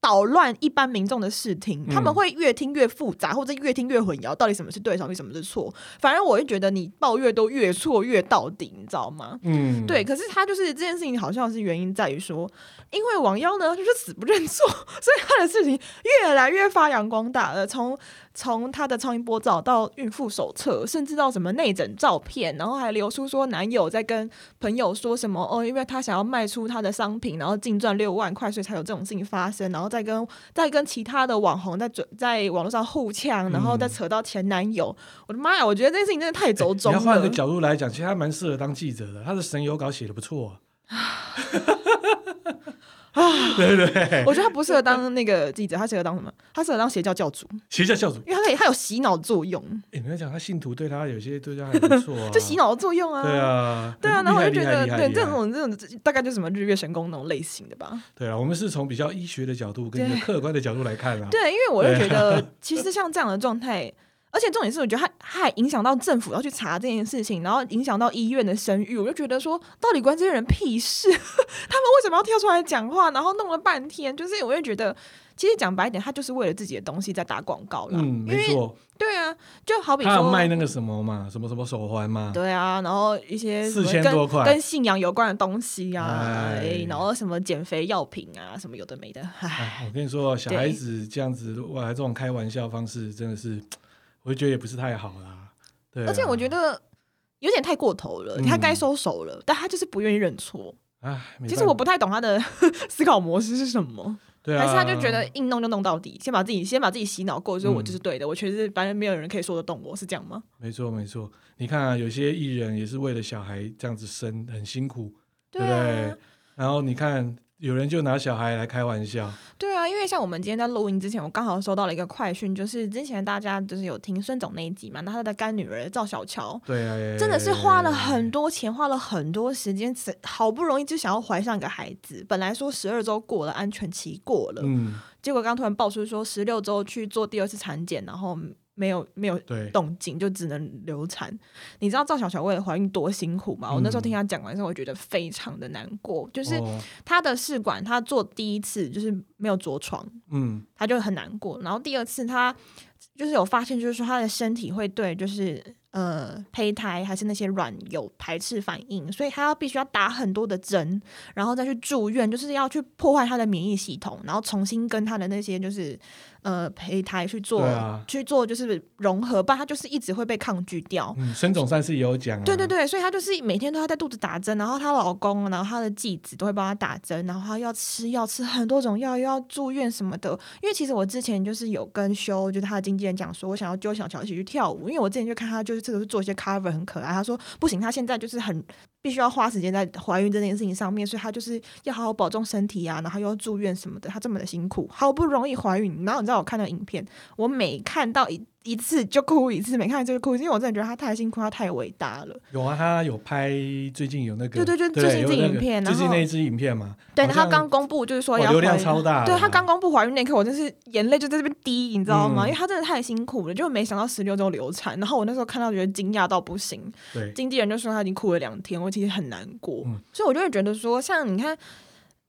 Speaker 2: 捣乱一般民众的视听，他们
Speaker 1: 嗯
Speaker 2: 会越听越复杂，或者越听越混淆，到底什么是对，到底什么是错。反而我会觉得你报越多，越错越到底，你知道吗？
Speaker 1: 嗯，
Speaker 2: 对，，可是他就是这件事情，好像是原因在于说，因为王妖呢就是死不认错， 所以他的事情越来越发扬光大了。从从他的超音波照到孕妇手册，甚至到什么内诊照片，然后还流出说男友在跟朋友说什么哦，因为他想要卖出他的商品，然后净赚六万块，所以才有这种事情发生。然后再跟再跟其他的网红在准在网络上互呛，然后再
Speaker 1: 嗯哎
Speaker 2: 扯到前男友。我的妈呀！我觉得这件事情真的太走
Speaker 1: 你
Speaker 2: 中
Speaker 1: 要
Speaker 2: 了。
Speaker 1: 换个角度来讲，其实他蛮适合当记者的，他的神游稿写的不错、啊。对不对？
Speaker 2: 我觉得他不适合当那个记者，他适合当什么？他适合当邪教教主，
Speaker 1: 邪教教主，
Speaker 2: 因为他可以，他有洗脑作用，
Speaker 1: 欸、你要讲他信徒对他有些对他还不错、啊，
Speaker 2: 就洗脑的作用啊。
Speaker 1: 对。啊，
Speaker 2: 对啊，
Speaker 1: 很
Speaker 2: 然后我就
Speaker 1: 厉
Speaker 2: 觉
Speaker 1: 害
Speaker 2: 得，
Speaker 1: 厉害
Speaker 2: 对
Speaker 1: 厉
Speaker 2: 这
Speaker 1: 害
Speaker 2: 种这种大概就是什么日月神功那种类型的吧。
Speaker 1: 对啊，我们是从比较医学的角度跟一个
Speaker 2: 对
Speaker 1: 客观的角度来看啊。
Speaker 2: 对，因为我就觉 得，其实像这样的状态，而且重点是，我觉得他他还影响到政府要去查这件事情，然后影响到医院的声誉。我就觉得说，到底关这些人屁事？ 他们为什么要跳出来讲话？然后弄了半天，就是我就觉得，其实讲白一点，他就是为了自己的东西在打广告啦。
Speaker 1: 嗯，
Speaker 2: 因
Speaker 1: 没
Speaker 2: 为
Speaker 1: 错，
Speaker 2: 对啊，就好比
Speaker 1: 他有
Speaker 2: 说
Speaker 1: 卖那个什么嘛，什么什么手环嘛，
Speaker 2: 对啊，然后一些什么
Speaker 1: 4000
Speaker 2: 跟
Speaker 1: 多块
Speaker 2: 跟信仰有关的东西啊，
Speaker 1: 哎
Speaker 2: 哎，然后什么减肥药品啊，什么有的 没的，唉，
Speaker 1: 哎，我跟你说，小
Speaker 2: 对
Speaker 1: 孩子这样子，哇，这种开玩笑方式真的是，我就觉得也不是太好啦。对啊、
Speaker 2: 而且我觉得有点太过头了，
Speaker 1: 嗯
Speaker 2: 他该收手了，但他就是不愿意认错。
Speaker 1: 哎，没
Speaker 2: 其实
Speaker 1: 办
Speaker 2: 我
Speaker 1: 法
Speaker 2: 不太懂他的 思考模式是什么，
Speaker 1: 对啊，
Speaker 2: 还是他就觉得硬弄就弄到底，先把自己先把自己洗脑过，说我
Speaker 1: 嗯
Speaker 2: 就是对的，我确实反正没有人可以说得动我，是这样吗？
Speaker 1: 没错没错。你看啊，有些艺人也是为了小孩这样子生，很辛苦，对不
Speaker 2: 啊
Speaker 1: 对。？然后你看，有人就拿小孩来开玩笑，
Speaker 2: 对啊，因为像我们今天在录音之前，我刚好收到了一个快讯，就是之前大家就是有听孙总那一集嘛，那他的干女儿赵小乔。
Speaker 1: 对啊，
Speaker 2: 真的是花了很多钱，花了很多时间，才好不容易就想要怀上一个孩子。本来说十二周过了，安全期过了，
Speaker 1: 嗯，
Speaker 2: 结果刚突然爆出说十六周去做第二次产检，然后没有没有
Speaker 1: 对，
Speaker 2: 动静，就只能流产。你知道赵小乔为了怀孕多辛苦吗？我那时
Speaker 1: 嗯
Speaker 2: 候听她讲完之后，我觉得非常的难过，就是
Speaker 1: 哦
Speaker 2: 她的试管，她做第一次就是没有着床，
Speaker 1: 嗯，
Speaker 2: 他就很难过。然后第二次他就是有发现，就是说他的身体会对就是呃胚胎还是那些卵有排斥反应，所以他要必须要打很多的针，然后再去住院，就是要去破坏他的免疫系统，然后重新跟他的那些就是呃胚胎去做、
Speaker 1: 对啊
Speaker 2: 去做就是融合，不然他就是一直会被抗拒掉。
Speaker 1: 嗯，孙总算是也有讲、啊，
Speaker 2: 对对对，所以她就是每天都要在肚子打针，然后她老公，然后她的继子都会帮她打针，然后她要吃药，吃很多种药，又要住院什么的。因为其实我之前就是有跟修，就是她的经纪人讲说，我想要揪小乔一起去跳舞，因为我之前就看她就是这个是做一些 cover 很可爱，她说不行，她现在就是很必须要花时间在怀孕这件事情上面，所以她就是要好好保重身体啊，然后又要住院什么的，她这么的辛苦，好不容易怀孕，然后你知道我看到影片，我每看到一一次就哭一次，每看到一次就哭一次，因为我真的觉得她太辛苦，她太伟大了。
Speaker 1: 有啊，他有拍最近有那个，
Speaker 2: 对对对
Speaker 1: 对，
Speaker 2: 最近
Speaker 1: 有
Speaker 2: 这
Speaker 1: 那
Speaker 2: 影
Speaker 1: 个
Speaker 2: 片然
Speaker 1: 最近那
Speaker 2: 后
Speaker 1: 一支影片嘛，
Speaker 2: 对，
Speaker 1: 好
Speaker 2: 他
Speaker 1: 像
Speaker 2: 刚公布就是说
Speaker 1: 哇
Speaker 2: 要
Speaker 1: 流量
Speaker 2: 怀孕
Speaker 1: 超大
Speaker 2: 对
Speaker 1: 的
Speaker 2: 他
Speaker 1: 啊
Speaker 2: 刚公布怀孕那一刻，我真是眼泪就在这边滴，你知道吗？
Speaker 1: 嗯
Speaker 2: 因为他真的太辛苦了，就没想到十六周流产。然后我那时候看到觉得惊讶到不行，
Speaker 1: 对，
Speaker 2: 经纪人就说他已经哭了两天，我其实很难过，
Speaker 1: 嗯
Speaker 2: 所以我就会觉得说，像你看。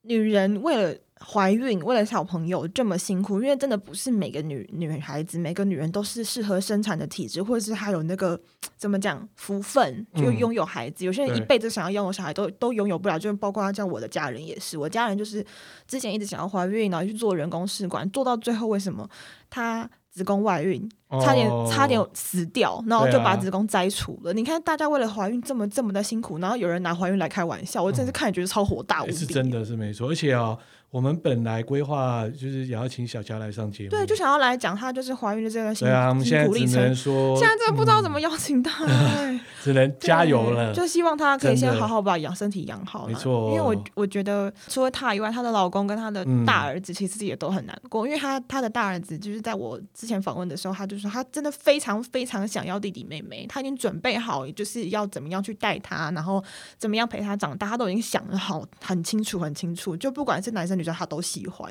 Speaker 2: 女人为了怀孕、为了小朋友这么辛苦，因为真的不是每个女女孩子、每个女人都是适合生产的体质，或者是她有那个怎么讲福分，就
Speaker 1: 嗯
Speaker 2: 拥有孩子。有些人一
Speaker 1: 对
Speaker 2: 辈子想要拥有小孩都都拥有不了，就包括像我的家人也是，我家人就是之前一直想要怀孕，然后去做人工试管，做到最后为什么她子宫外孕，差点、
Speaker 1: 哦
Speaker 2: 差点死掉，然后就
Speaker 1: 对啊
Speaker 2: 把子宫摘除了。你看大家为了怀孕这么这么的辛苦，然后有人拿怀孕来开玩笑，我真的是看着觉得超火大无
Speaker 1: 欸
Speaker 2: 比。
Speaker 1: 是真的是没错，而且哦，我们本来规划就是也要请小佳来上节目，
Speaker 2: 对，就想要来讲她就是怀孕的这段辛
Speaker 1: 对啊，我们现
Speaker 2: 辛
Speaker 1: 在
Speaker 2: 苦历
Speaker 1: 只
Speaker 2: 程。
Speaker 1: 能说，嗯
Speaker 2: 现在真的不知道怎么邀请 她、哎
Speaker 1: 只能加油了
Speaker 2: 对。就希望她可以
Speaker 1: 真的
Speaker 2: 先好好把养身体养好啦
Speaker 1: 没错
Speaker 2: 因为我我觉得除了她以外，她的老公跟她的
Speaker 1: 嗯
Speaker 2: 大儿子其实也都很难过，因为她她的大儿子就是在我之前访问的时候，他就说他真的非常非常想要弟弟妹妹，他已经准备好就是要怎么样去带他，然后怎么样陪他长大，他都已经想得好很清楚很清楚，就不管是男生女生他都喜欢，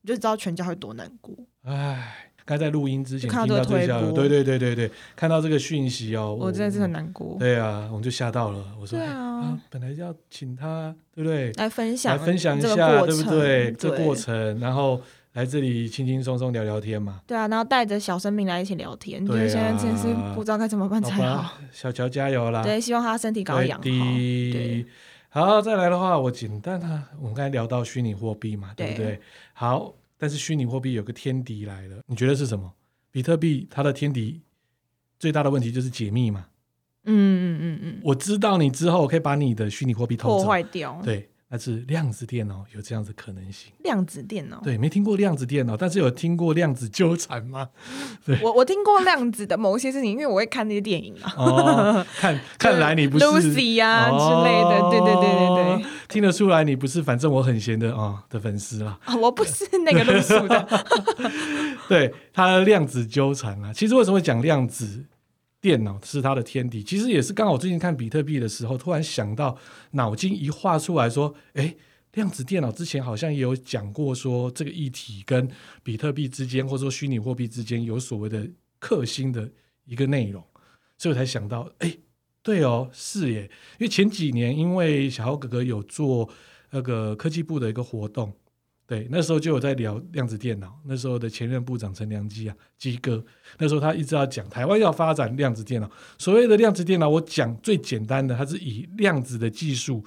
Speaker 2: 你就知道全家会多难过。
Speaker 1: 唉，刚才在录音之前
Speaker 2: 就看
Speaker 1: 听
Speaker 2: 到
Speaker 1: 到
Speaker 2: 这
Speaker 1: 这
Speaker 2: 个推
Speaker 1: 个，
Speaker 2: 播
Speaker 1: 对对对对对，看到这个讯息哦，
Speaker 2: 我真的是很难过。
Speaker 1: 对啊，我们就吓到了。我说，
Speaker 2: 对
Speaker 1: 哎
Speaker 2: 啊
Speaker 1: 本来要请他，对不对？
Speaker 2: 来分
Speaker 1: 来
Speaker 2: 享
Speaker 1: 分享一
Speaker 2: 这个
Speaker 1: 下，
Speaker 2: 过
Speaker 1: 对不
Speaker 2: 程
Speaker 1: 对？
Speaker 2: 对？
Speaker 1: 这过程，然后来这里轻轻松松聊聊天嘛。
Speaker 2: 对啊，然后带着小生命来一起聊天，就
Speaker 1: 对
Speaker 2: 是现在真的是
Speaker 1: 啊
Speaker 2: 不知道该怎么办
Speaker 1: 好
Speaker 2: 才好。
Speaker 1: 吧，小乔加油啦！
Speaker 2: 对，希望他身体赶快养好。
Speaker 1: 对
Speaker 2: 对
Speaker 1: 的。好，再来的话，我简单啊，我们刚才聊到虚拟货币嘛，对不
Speaker 2: 对
Speaker 1: 对？好，但是虚拟货币有个天敌来了，你觉得是什么？比特币它的天敌最大的问题就是解密嘛。
Speaker 2: 嗯嗯嗯嗯，
Speaker 1: 我知道你之后，我可以把你的虚拟货币偷
Speaker 2: 破
Speaker 1: 走，
Speaker 2: 坏掉。
Speaker 1: 对，那是量子电脑有这样子可能性。
Speaker 2: 量子电脑，
Speaker 1: 对，没听过量子电脑，但是有听过量子纠缠 吗？
Speaker 2: 我我听过量子的某些事情，因为我会看那些电影啊。
Speaker 1: 哦，看看来你不是
Speaker 2: Lucy 啊之类的对对对对对
Speaker 1: 对，听得出来你不是反正我很闲的啊、哦的粉丝啦。
Speaker 2: 啊， 我不是那个路 数的。
Speaker 1: 对，它的量子纠缠啊，其实为什么会讲量子电脑是它的天敌？其实也是刚好我最近看比特币的时候，突然想到脑筋一画出来说，哎。量子电脑之前好像也有讲过，说这个议题跟比特币之间，或者说虚拟货币之间有所谓的克星的一个内容，所以我才想到，哎、对哦，是耶，因为前几年因为小豪哥哥有做那个科技部的一个活动，对，那时候就有在聊量子电脑。那时候的前任部长陈良基啊，基哥，那时候他一直要讲台湾要发展量子电脑。所谓的量子电脑，我讲最简单的，它是以量子的技术，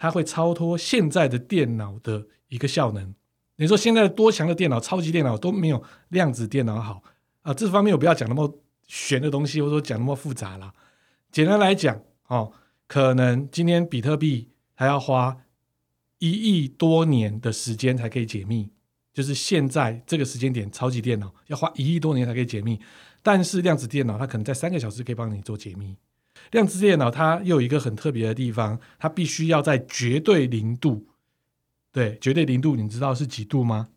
Speaker 1: 它会超脱现在的电脑的一个效能。你说现在的多强的电脑、超级电脑都没有量子电脑好啊！这方面我不要讲那么玄的东西，或者说讲那么复杂啦。简单来讲，哦，可能今天比特币还要花一亿多年的时间才可以解密，就是现在这个时间点，超级电脑要花一亿多年才可以解密。但是量子电脑它可能在三个小时可以帮你做解密。量子电脑它又有一个很特别的地方，它必须要在绝对零度。对，绝对零度，你知道是几度吗？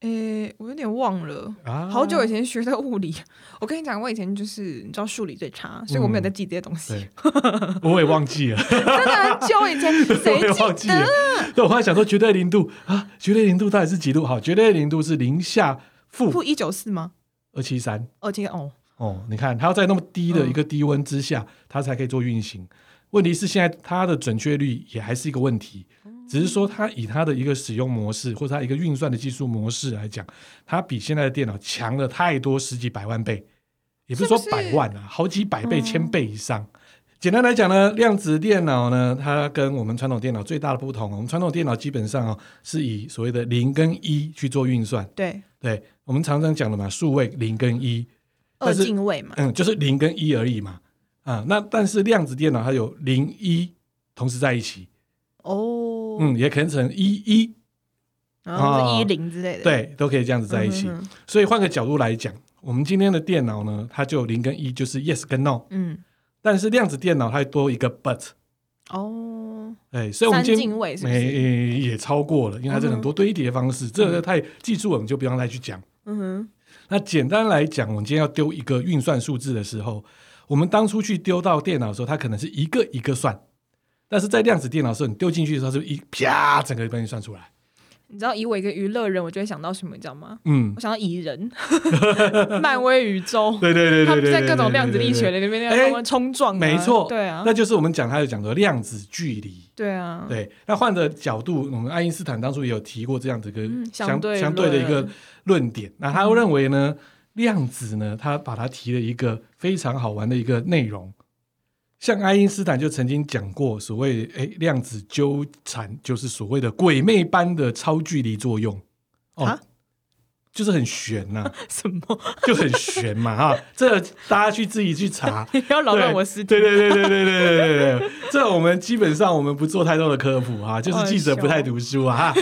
Speaker 2: 诶、我有点忘了。
Speaker 1: 啊，
Speaker 2: 好久以前学的物理，我跟你讲，我以前就是你知道数理最差，所以我没有在记这些东西，
Speaker 1: 嗯 对，我也忘记了。
Speaker 2: 真的很久以前，谁
Speaker 1: 我也忘
Speaker 2: 记
Speaker 1: 记
Speaker 2: 得
Speaker 1: 了？。对，我后来想说绝对零度啊，绝对零度到底是几度？好，绝对零度是零下
Speaker 2: 负
Speaker 1: 负
Speaker 2: 一九四吗？
Speaker 1: 二七三
Speaker 2: 哦，今天哦，
Speaker 1: 哦。你看，它要在那么低的
Speaker 2: 嗯
Speaker 1: 一个低温之下，它才可以做运行。问题是现在它的准确率也还是一个问题，
Speaker 2: 嗯
Speaker 1: 只是说它以它的一个使用模式或者它一个运算的技术模式来讲，它比现在的电脑强了太多十几百万倍，也不是说
Speaker 2: 是不
Speaker 1: 百
Speaker 2: 是
Speaker 1: 万啊，好几百倍、
Speaker 2: 嗯
Speaker 1: 千倍以上。简单来讲呢，量子电脑呢，它跟我们传统电脑最大的不同，我们传统电脑基本上哦是以所谓的零跟一去做运算，
Speaker 2: 对，
Speaker 1: 对我们常常讲的嘛，数位零跟一，
Speaker 2: 二
Speaker 1: 但是
Speaker 2: 进位嘛，
Speaker 1: 嗯，就是零跟一而已嘛，啊，那但是量子电脑它有零一同时在一起，
Speaker 2: 哦，
Speaker 1: 嗯，也可能成一一，
Speaker 2: 然后
Speaker 1: 啊
Speaker 2: 是一零之类的，
Speaker 1: 对，都可以这样子
Speaker 2: 嗯，
Speaker 1: 在一起。
Speaker 2: 嗯嗯
Speaker 1: 所以换个角度来讲，我们今天的电脑呢，它就有零跟一，就是 yes 跟 no，
Speaker 2: 嗯。
Speaker 1: 但是量子电脑它多一个 but，
Speaker 2: 哦，
Speaker 1: 哎，所以我们今
Speaker 2: 三
Speaker 1: 天
Speaker 2: 进位是不是
Speaker 1: 没、也超过了，因为它是很多堆叠方式，这个太技术我们就不用再去讲。
Speaker 2: 嗯哼，
Speaker 1: 那简单来讲，我们今天要丢一个运算数字的时候，我们当初去丢到电脑的时候，它可能是一个一个算，但是在量子电脑的时候，你丢进去的时候，它是一啪整个帮你算出来。
Speaker 2: 你知道以我一个娱乐人，我就会想到什么，你知道吗？
Speaker 1: 嗯
Speaker 2: 我，想到蚁人，漫威宇宙，
Speaker 1: 对对对对
Speaker 2: 他们
Speaker 1: 对，
Speaker 2: 在各
Speaker 1: 对
Speaker 2: 种量子力学。
Speaker 1: 对对对对
Speaker 2: 的里面
Speaker 1: 哎
Speaker 2: 在冲撞啊，
Speaker 1: 没错
Speaker 2: 对
Speaker 1: 对
Speaker 2: 啊
Speaker 1: 那，就是我们讲，它有讲的量子距离。
Speaker 2: 对啊，
Speaker 1: 对，那换个角度，我们爱因斯坦当初也有提过这样子一个
Speaker 2: 嗯
Speaker 1: 相
Speaker 2: 相对
Speaker 1: 相对的一
Speaker 2: 论嗯
Speaker 1: 个论点。那他认为呢，量子呢，他把它提了一个非常好玩的一个内容。像爱因斯坦就曾经讲过，所谓诶量子纠缠，就是所谓的鬼魅般的超距离作用哦
Speaker 2: 啊，
Speaker 1: 就是很悬呐、
Speaker 2: 什么？
Speaker 1: 就很悬嘛哈。这大家去自己去查，
Speaker 2: 你不要扰乱
Speaker 1: 对
Speaker 2: 我思
Speaker 1: 对
Speaker 2: 绪。
Speaker 1: 对对对对对对对对，这我们基本上我们不做太多的科普啊，就是记者不太读书啊。哈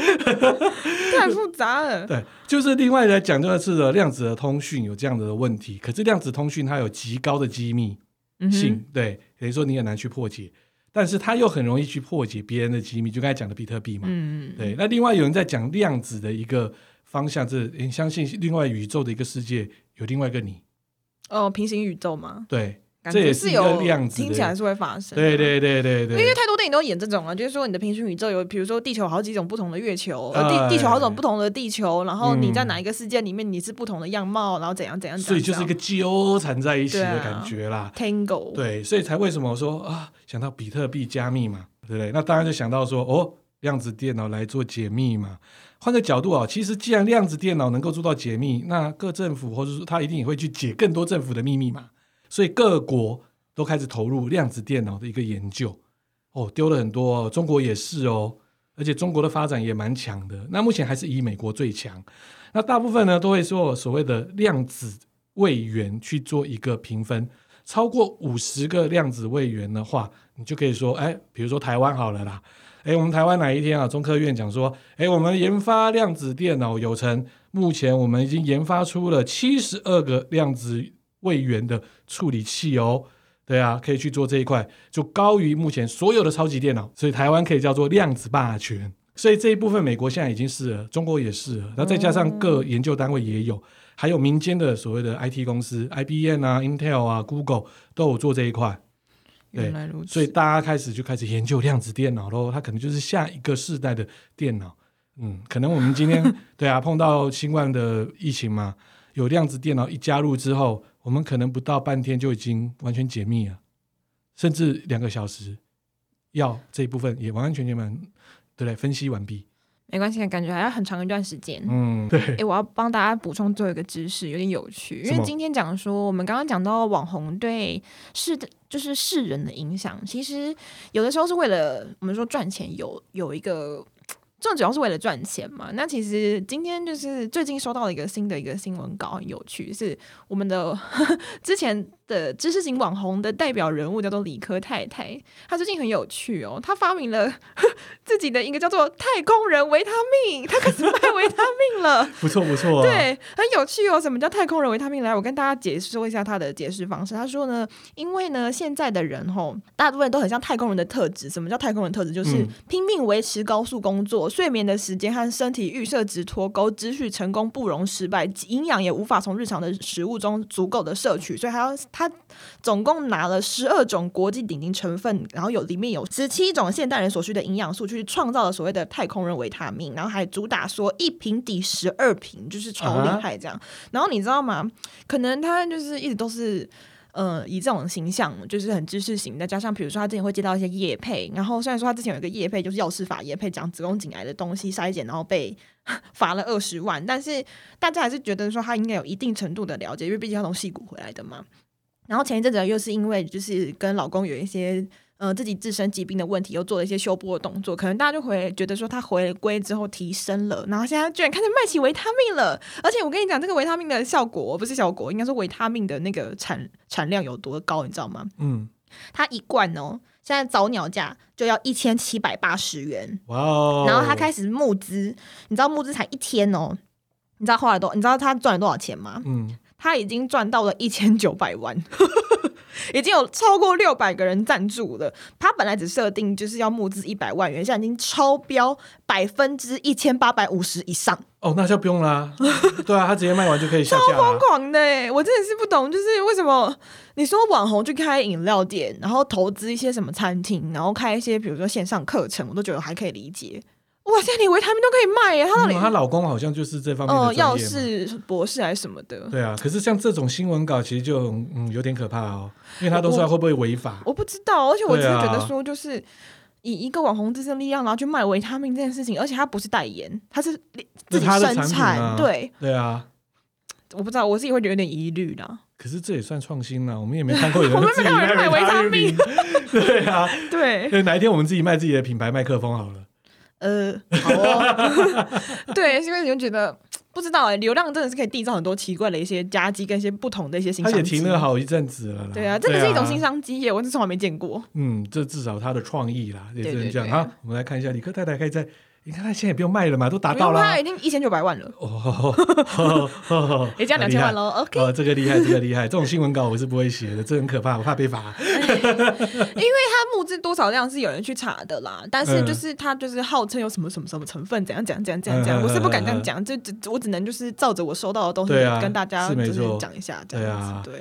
Speaker 2: 太复杂了。
Speaker 1: 对，就是另外来讲，就是的量子的通讯有这样的问题，可是量子通讯它有极高的机密
Speaker 2: 嗯哼
Speaker 1: 性，对，等于说你很难去破解，但是它又很容易去破解别人的机密，就刚才讲的比特币嘛。
Speaker 2: 嗯，
Speaker 1: 对，那另外有人在讲量子的一个方向，这诶相信另外宇宙的一个世界有另外一个你，
Speaker 2: 哦，平行宇宙嘛，
Speaker 1: 对，
Speaker 2: 感
Speaker 1: 这也
Speaker 2: 觉
Speaker 1: 是一
Speaker 2: 有
Speaker 1: 个量子的，
Speaker 2: 听起来是会发生的。
Speaker 1: 对对对对对，
Speaker 2: 因为太多电影都演这种啊，就是说你的平行宇宙有，比如说地球好几种不同的月球，呃，
Speaker 1: 哎
Speaker 2: 地地球好几种不同的地球，然后你在
Speaker 1: 嗯
Speaker 2: 哪一个世界里面你是不同的样貌，然后怎样怎样，
Speaker 1: 所以就是一个纠缠在一起
Speaker 2: 对
Speaker 1: 的
Speaker 2: 啊
Speaker 1: 感觉啦。
Speaker 2: tango，，
Speaker 1: 对，所以才为什么我说啊，想到比特币加密嘛，对不对？那当然就想到说，哦，量子电脑来做解密嘛。换个角度啊、其实既然量子电脑能够做到解密，那各政府或者说它一定也会去解更多政府的秘密嘛。所以各国都开始投入量子电脑的一个研究。哦，丢了很多、哦，中国也是哦，而且中国的发展也蛮强的。那目前还是以美国最强。那大部分呢都会说所谓的量子位元去做一个评分，超过五十个量子位元的话，你就可以说，哎，比如说台湾好了啦，哎，我们台湾哪一天啊，中科院讲说，哎，我们研发量子电脑有成，目前我们已经研发出了七十二个量子位元的处理器哦。对啊，可以去做这一块，就高于目前所有的超级电脑，所以台湾可以叫做量子霸权。所以这一部分美国现在已经是了，中国也是了，那再加上各研究单位也有，还有民间的所谓的 IT 公司，IBM 啊、Intel 啊、Google 都有做这一块，对
Speaker 2: 原来如此。
Speaker 1: 所以大家开始就开始研究量子电脑喽，它可能就是下一个世代的电脑。嗯，可能我们今 天对啊碰到新冠的疫情嘛，有量子电脑一加入之后，我们可能不到半天就已经完全解密了，甚至两个小时，药这一部分也完完全全完对不对分析完毕。
Speaker 2: 没关系，感觉还要很长一段时间。
Speaker 1: 嗯，对
Speaker 2: 哎、，我要帮大家补充最后一个知识，有点有趣，因
Speaker 1: 什
Speaker 2: 为
Speaker 1: 么
Speaker 2: 今天讲说，我们刚刚讲到网红对世的，就是世人的影响，其实有的时候是为了我们说赚钱有有一个。这种主要是为了赚钱嘛？那其实今天就是最近收到了一个新的一个新闻稿，很有趣，是我们的 之前的知识型网红的代表人物叫做理科太太，她最近很有趣哦，她发明了 自己的一个叫做太空人维他命，她开始卖维他命了。
Speaker 1: 不错不错、啊，
Speaker 2: 对，很有趣哦。什么叫太空人维他命？来，我跟大家解说一下他的解释方式。他说呢，因为呢，现在的人吼，大部分都很像太空人的特质。什么叫太空人特质？就是
Speaker 1: 嗯
Speaker 2: 拼命维持高速工作，睡眠的时间和身体预设值脱钩，秩序成功不容失败，营养也无法从日常的食物中足够的摄取，所以还要他总共拿了十二种国际顶级成分，然后有里面有十七种现代人所需的营养素，去创造了所谓的太空人维他命，然后还主打说一瓶抵十二瓶，就是超厉害这样。然后你知道吗？可能他就是一直都是。呃，以这种形象就是很知识型，再加上比如说他之前会接到一些业配，然后虽然说他之前有一个业配就是药事法业配讲子宫颈癌的东西筛检，然后被 罚了二十万，但是大家还是觉得说他应该有一定程度的了解，因为毕竟他从戏骨回来的嘛。然后前一阵子又是因为就是跟老公有一些呃自己自身疾病的问题，又做了一些修波的动作，可能大家就回觉得说他回归之后提升了，然后现在居然开始卖起维他命了。而且我跟你讲，这个维他命的效果不是效果，应该说维他命的那个产产量有多高，你知道吗？
Speaker 1: 嗯，
Speaker 2: 它一罐哦，现在早鸟价就要一千七百八十元。
Speaker 1: 哇哦，
Speaker 2: 然后他
Speaker 1: 始
Speaker 2: 开始募资，你知道募资才一天哦，你知道后来多，你知道他赚了多少钱吗？
Speaker 1: 嗯，
Speaker 2: 他已经赚到了一千九百万。 已经有超过六百个人赞助了。他本来只设定就是要募资一百万元，现在已经超标百分之一千八百五十以上，
Speaker 1: 哦，那就不用 啦，对啊，他直接卖完就可以下架啦
Speaker 2: 疯。狂的欸！我真的是不懂，就是为什么你说网红去开饮料店，然后投资一些什么餐厅，然后开一些比如说线上课程，我都觉得还可以理解。我哇塞，你维他命都可以卖耶！他到底
Speaker 1: 嗯她老公好像就是这方面
Speaker 2: 哦
Speaker 1: 的
Speaker 2: 药
Speaker 1: 专业嘛。
Speaker 2: 师博士还是什么的，
Speaker 1: 对啊，可是像这种新闻稿其实就很嗯有点可怕哦，因为他都说
Speaker 2: 我
Speaker 1: 他会不会违法？
Speaker 2: 我不知道。而且我只是
Speaker 1: 对啊
Speaker 2: 觉得说，就是、以一个网红自身力量，然后去卖维他命这件事情，而且他不是代言，他是自
Speaker 1: 这
Speaker 2: 己
Speaker 1: 是他的
Speaker 2: 生
Speaker 1: 产品
Speaker 2: 产，
Speaker 1: 啊
Speaker 2: 对，
Speaker 1: 对啊，
Speaker 2: 我不知道，我自己会觉得有点疑虑啦。
Speaker 1: 可是这也算创新了，我们也没看过有
Speaker 2: 我
Speaker 1: 人
Speaker 2: 们
Speaker 1: 自己
Speaker 2: 没有人
Speaker 1: 卖
Speaker 2: 买维他
Speaker 1: 命。对啊，
Speaker 2: 对，
Speaker 1: 对，哪一天我们自己卖自己的品牌麦克风好了。
Speaker 2: 呃，好哦， 对，是因为你就觉得不知道哎、流量真的是可以缔造很多奇怪的一些夹击跟一些不同的一些新
Speaker 1: 他
Speaker 2: 商机。
Speaker 1: 也停了好一阵子了啦。
Speaker 2: 对啊，这个是一种新商机耶，我是从来没见过。
Speaker 1: 嗯，这至少他的创意啦，也
Speaker 2: 对
Speaker 1: 只能
Speaker 2: 对
Speaker 1: 这样
Speaker 2: 对
Speaker 1: 啊。我们来看一下，理科太太可以在，你看他现在也不用卖了嘛，都达啊到
Speaker 2: 他
Speaker 1: 啦。
Speaker 2: 已经一千九百万了，
Speaker 1: 哦，
Speaker 2: 也这样两千万
Speaker 1: 了。
Speaker 2: 喽。OK，
Speaker 1: 哦，这个厉害，这个厉 害，这种新闻稿我是不会写的，这很可怕，我怕被罚。
Speaker 2: 他募资多少量是有人去查的啦，但是
Speaker 1: 嗯
Speaker 2: 就是他就是号称有什么什么什么成分，怎样怎样怎样怎样
Speaker 1: 嗯
Speaker 2: 怎
Speaker 1: 嗯
Speaker 2: 样，我是不敢
Speaker 1: 嗯
Speaker 2: 这样
Speaker 1: 嗯
Speaker 2: 讲，就只我只能就是照着我收到的东西
Speaker 1: 对啊
Speaker 2: 跟大家
Speaker 1: 是没
Speaker 2: 就是
Speaker 1: 错
Speaker 2: 讲一下这
Speaker 1: 对
Speaker 2: 样
Speaker 1: 啊
Speaker 2: 子。对，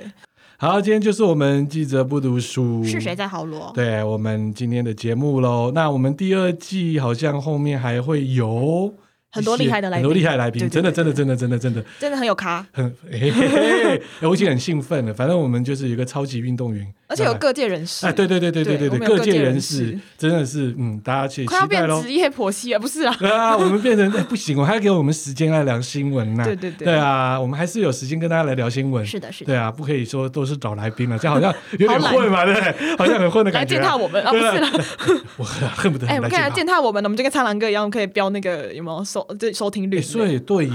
Speaker 1: 好，今天就是我们记者不读书
Speaker 2: 是谁在豪罗？
Speaker 1: 对我们今天的节目喽。那我们第二季好像后面还会有
Speaker 2: 很多厉害的来
Speaker 1: 很
Speaker 2: 宾
Speaker 1: 多厉害的来宾，
Speaker 2: 对对
Speaker 1: 真的
Speaker 2: 对
Speaker 1: 真的真的真的真的
Speaker 2: 真的很有咖，
Speaker 1: 很， 嘿嘿嘿嘿我已经很兴奋了。反正我们就是有一个超级运动员，
Speaker 2: 而且有
Speaker 1: 那
Speaker 2: 各界人士。
Speaker 1: 哎，对对对对对
Speaker 2: 对
Speaker 1: 对，
Speaker 2: 我们有
Speaker 1: 各界
Speaker 2: 各界
Speaker 1: 人
Speaker 2: 人
Speaker 1: 士
Speaker 2: 士
Speaker 1: 真的是，嗯，大家去
Speaker 2: 快要
Speaker 1: 期待
Speaker 2: 变
Speaker 1: 喽
Speaker 2: 职。业婆媳啊，不是啊？
Speaker 1: 对啊，我们变成、哎、不行，我还要给我们时间来聊新闻呐、
Speaker 2: 对对对
Speaker 1: 对啊，我们还是有时间跟大家来聊新闻。
Speaker 2: 是的，是的，
Speaker 1: 对啊，不可以说都是找来宾了，这样好像有点
Speaker 2: 好懒
Speaker 1: 混嘛，对不对？好像很混的
Speaker 2: 来
Speaker 1: 感觉、
Speaker 2: 践
Speaker 1: 啊
Speaker 2: 踏。我们啊，不是啦，
Speaker 1: 我恨不得
Speaker 2: 哎，
Speaker 1: 很来
Speaker 2: 我们看来
Speaker 1: 见
Speaker 2: 践踏我们，我们就跟苍狼哥一样，我们可以标那个有没有收这收听率
Speaker 1: 哎，？所以对耶，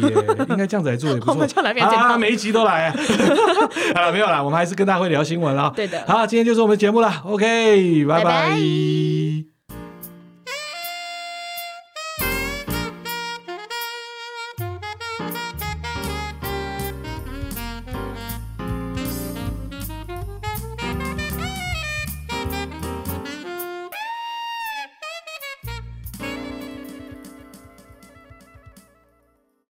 Speaker 1: 应该这样子来做也不错。
Speaker 2: 我们就来变健康
Speaker 1: 啊，每一集都来啊！ 好了，没有啦，我们还是跟大家会聊新闻啦。
Speaker 2: 对的
Speaker 1: 好，今天就是我们节目了，OK，拜
Speaker 2: 拜
Speaker 1: 拜
Speaker 2: 拜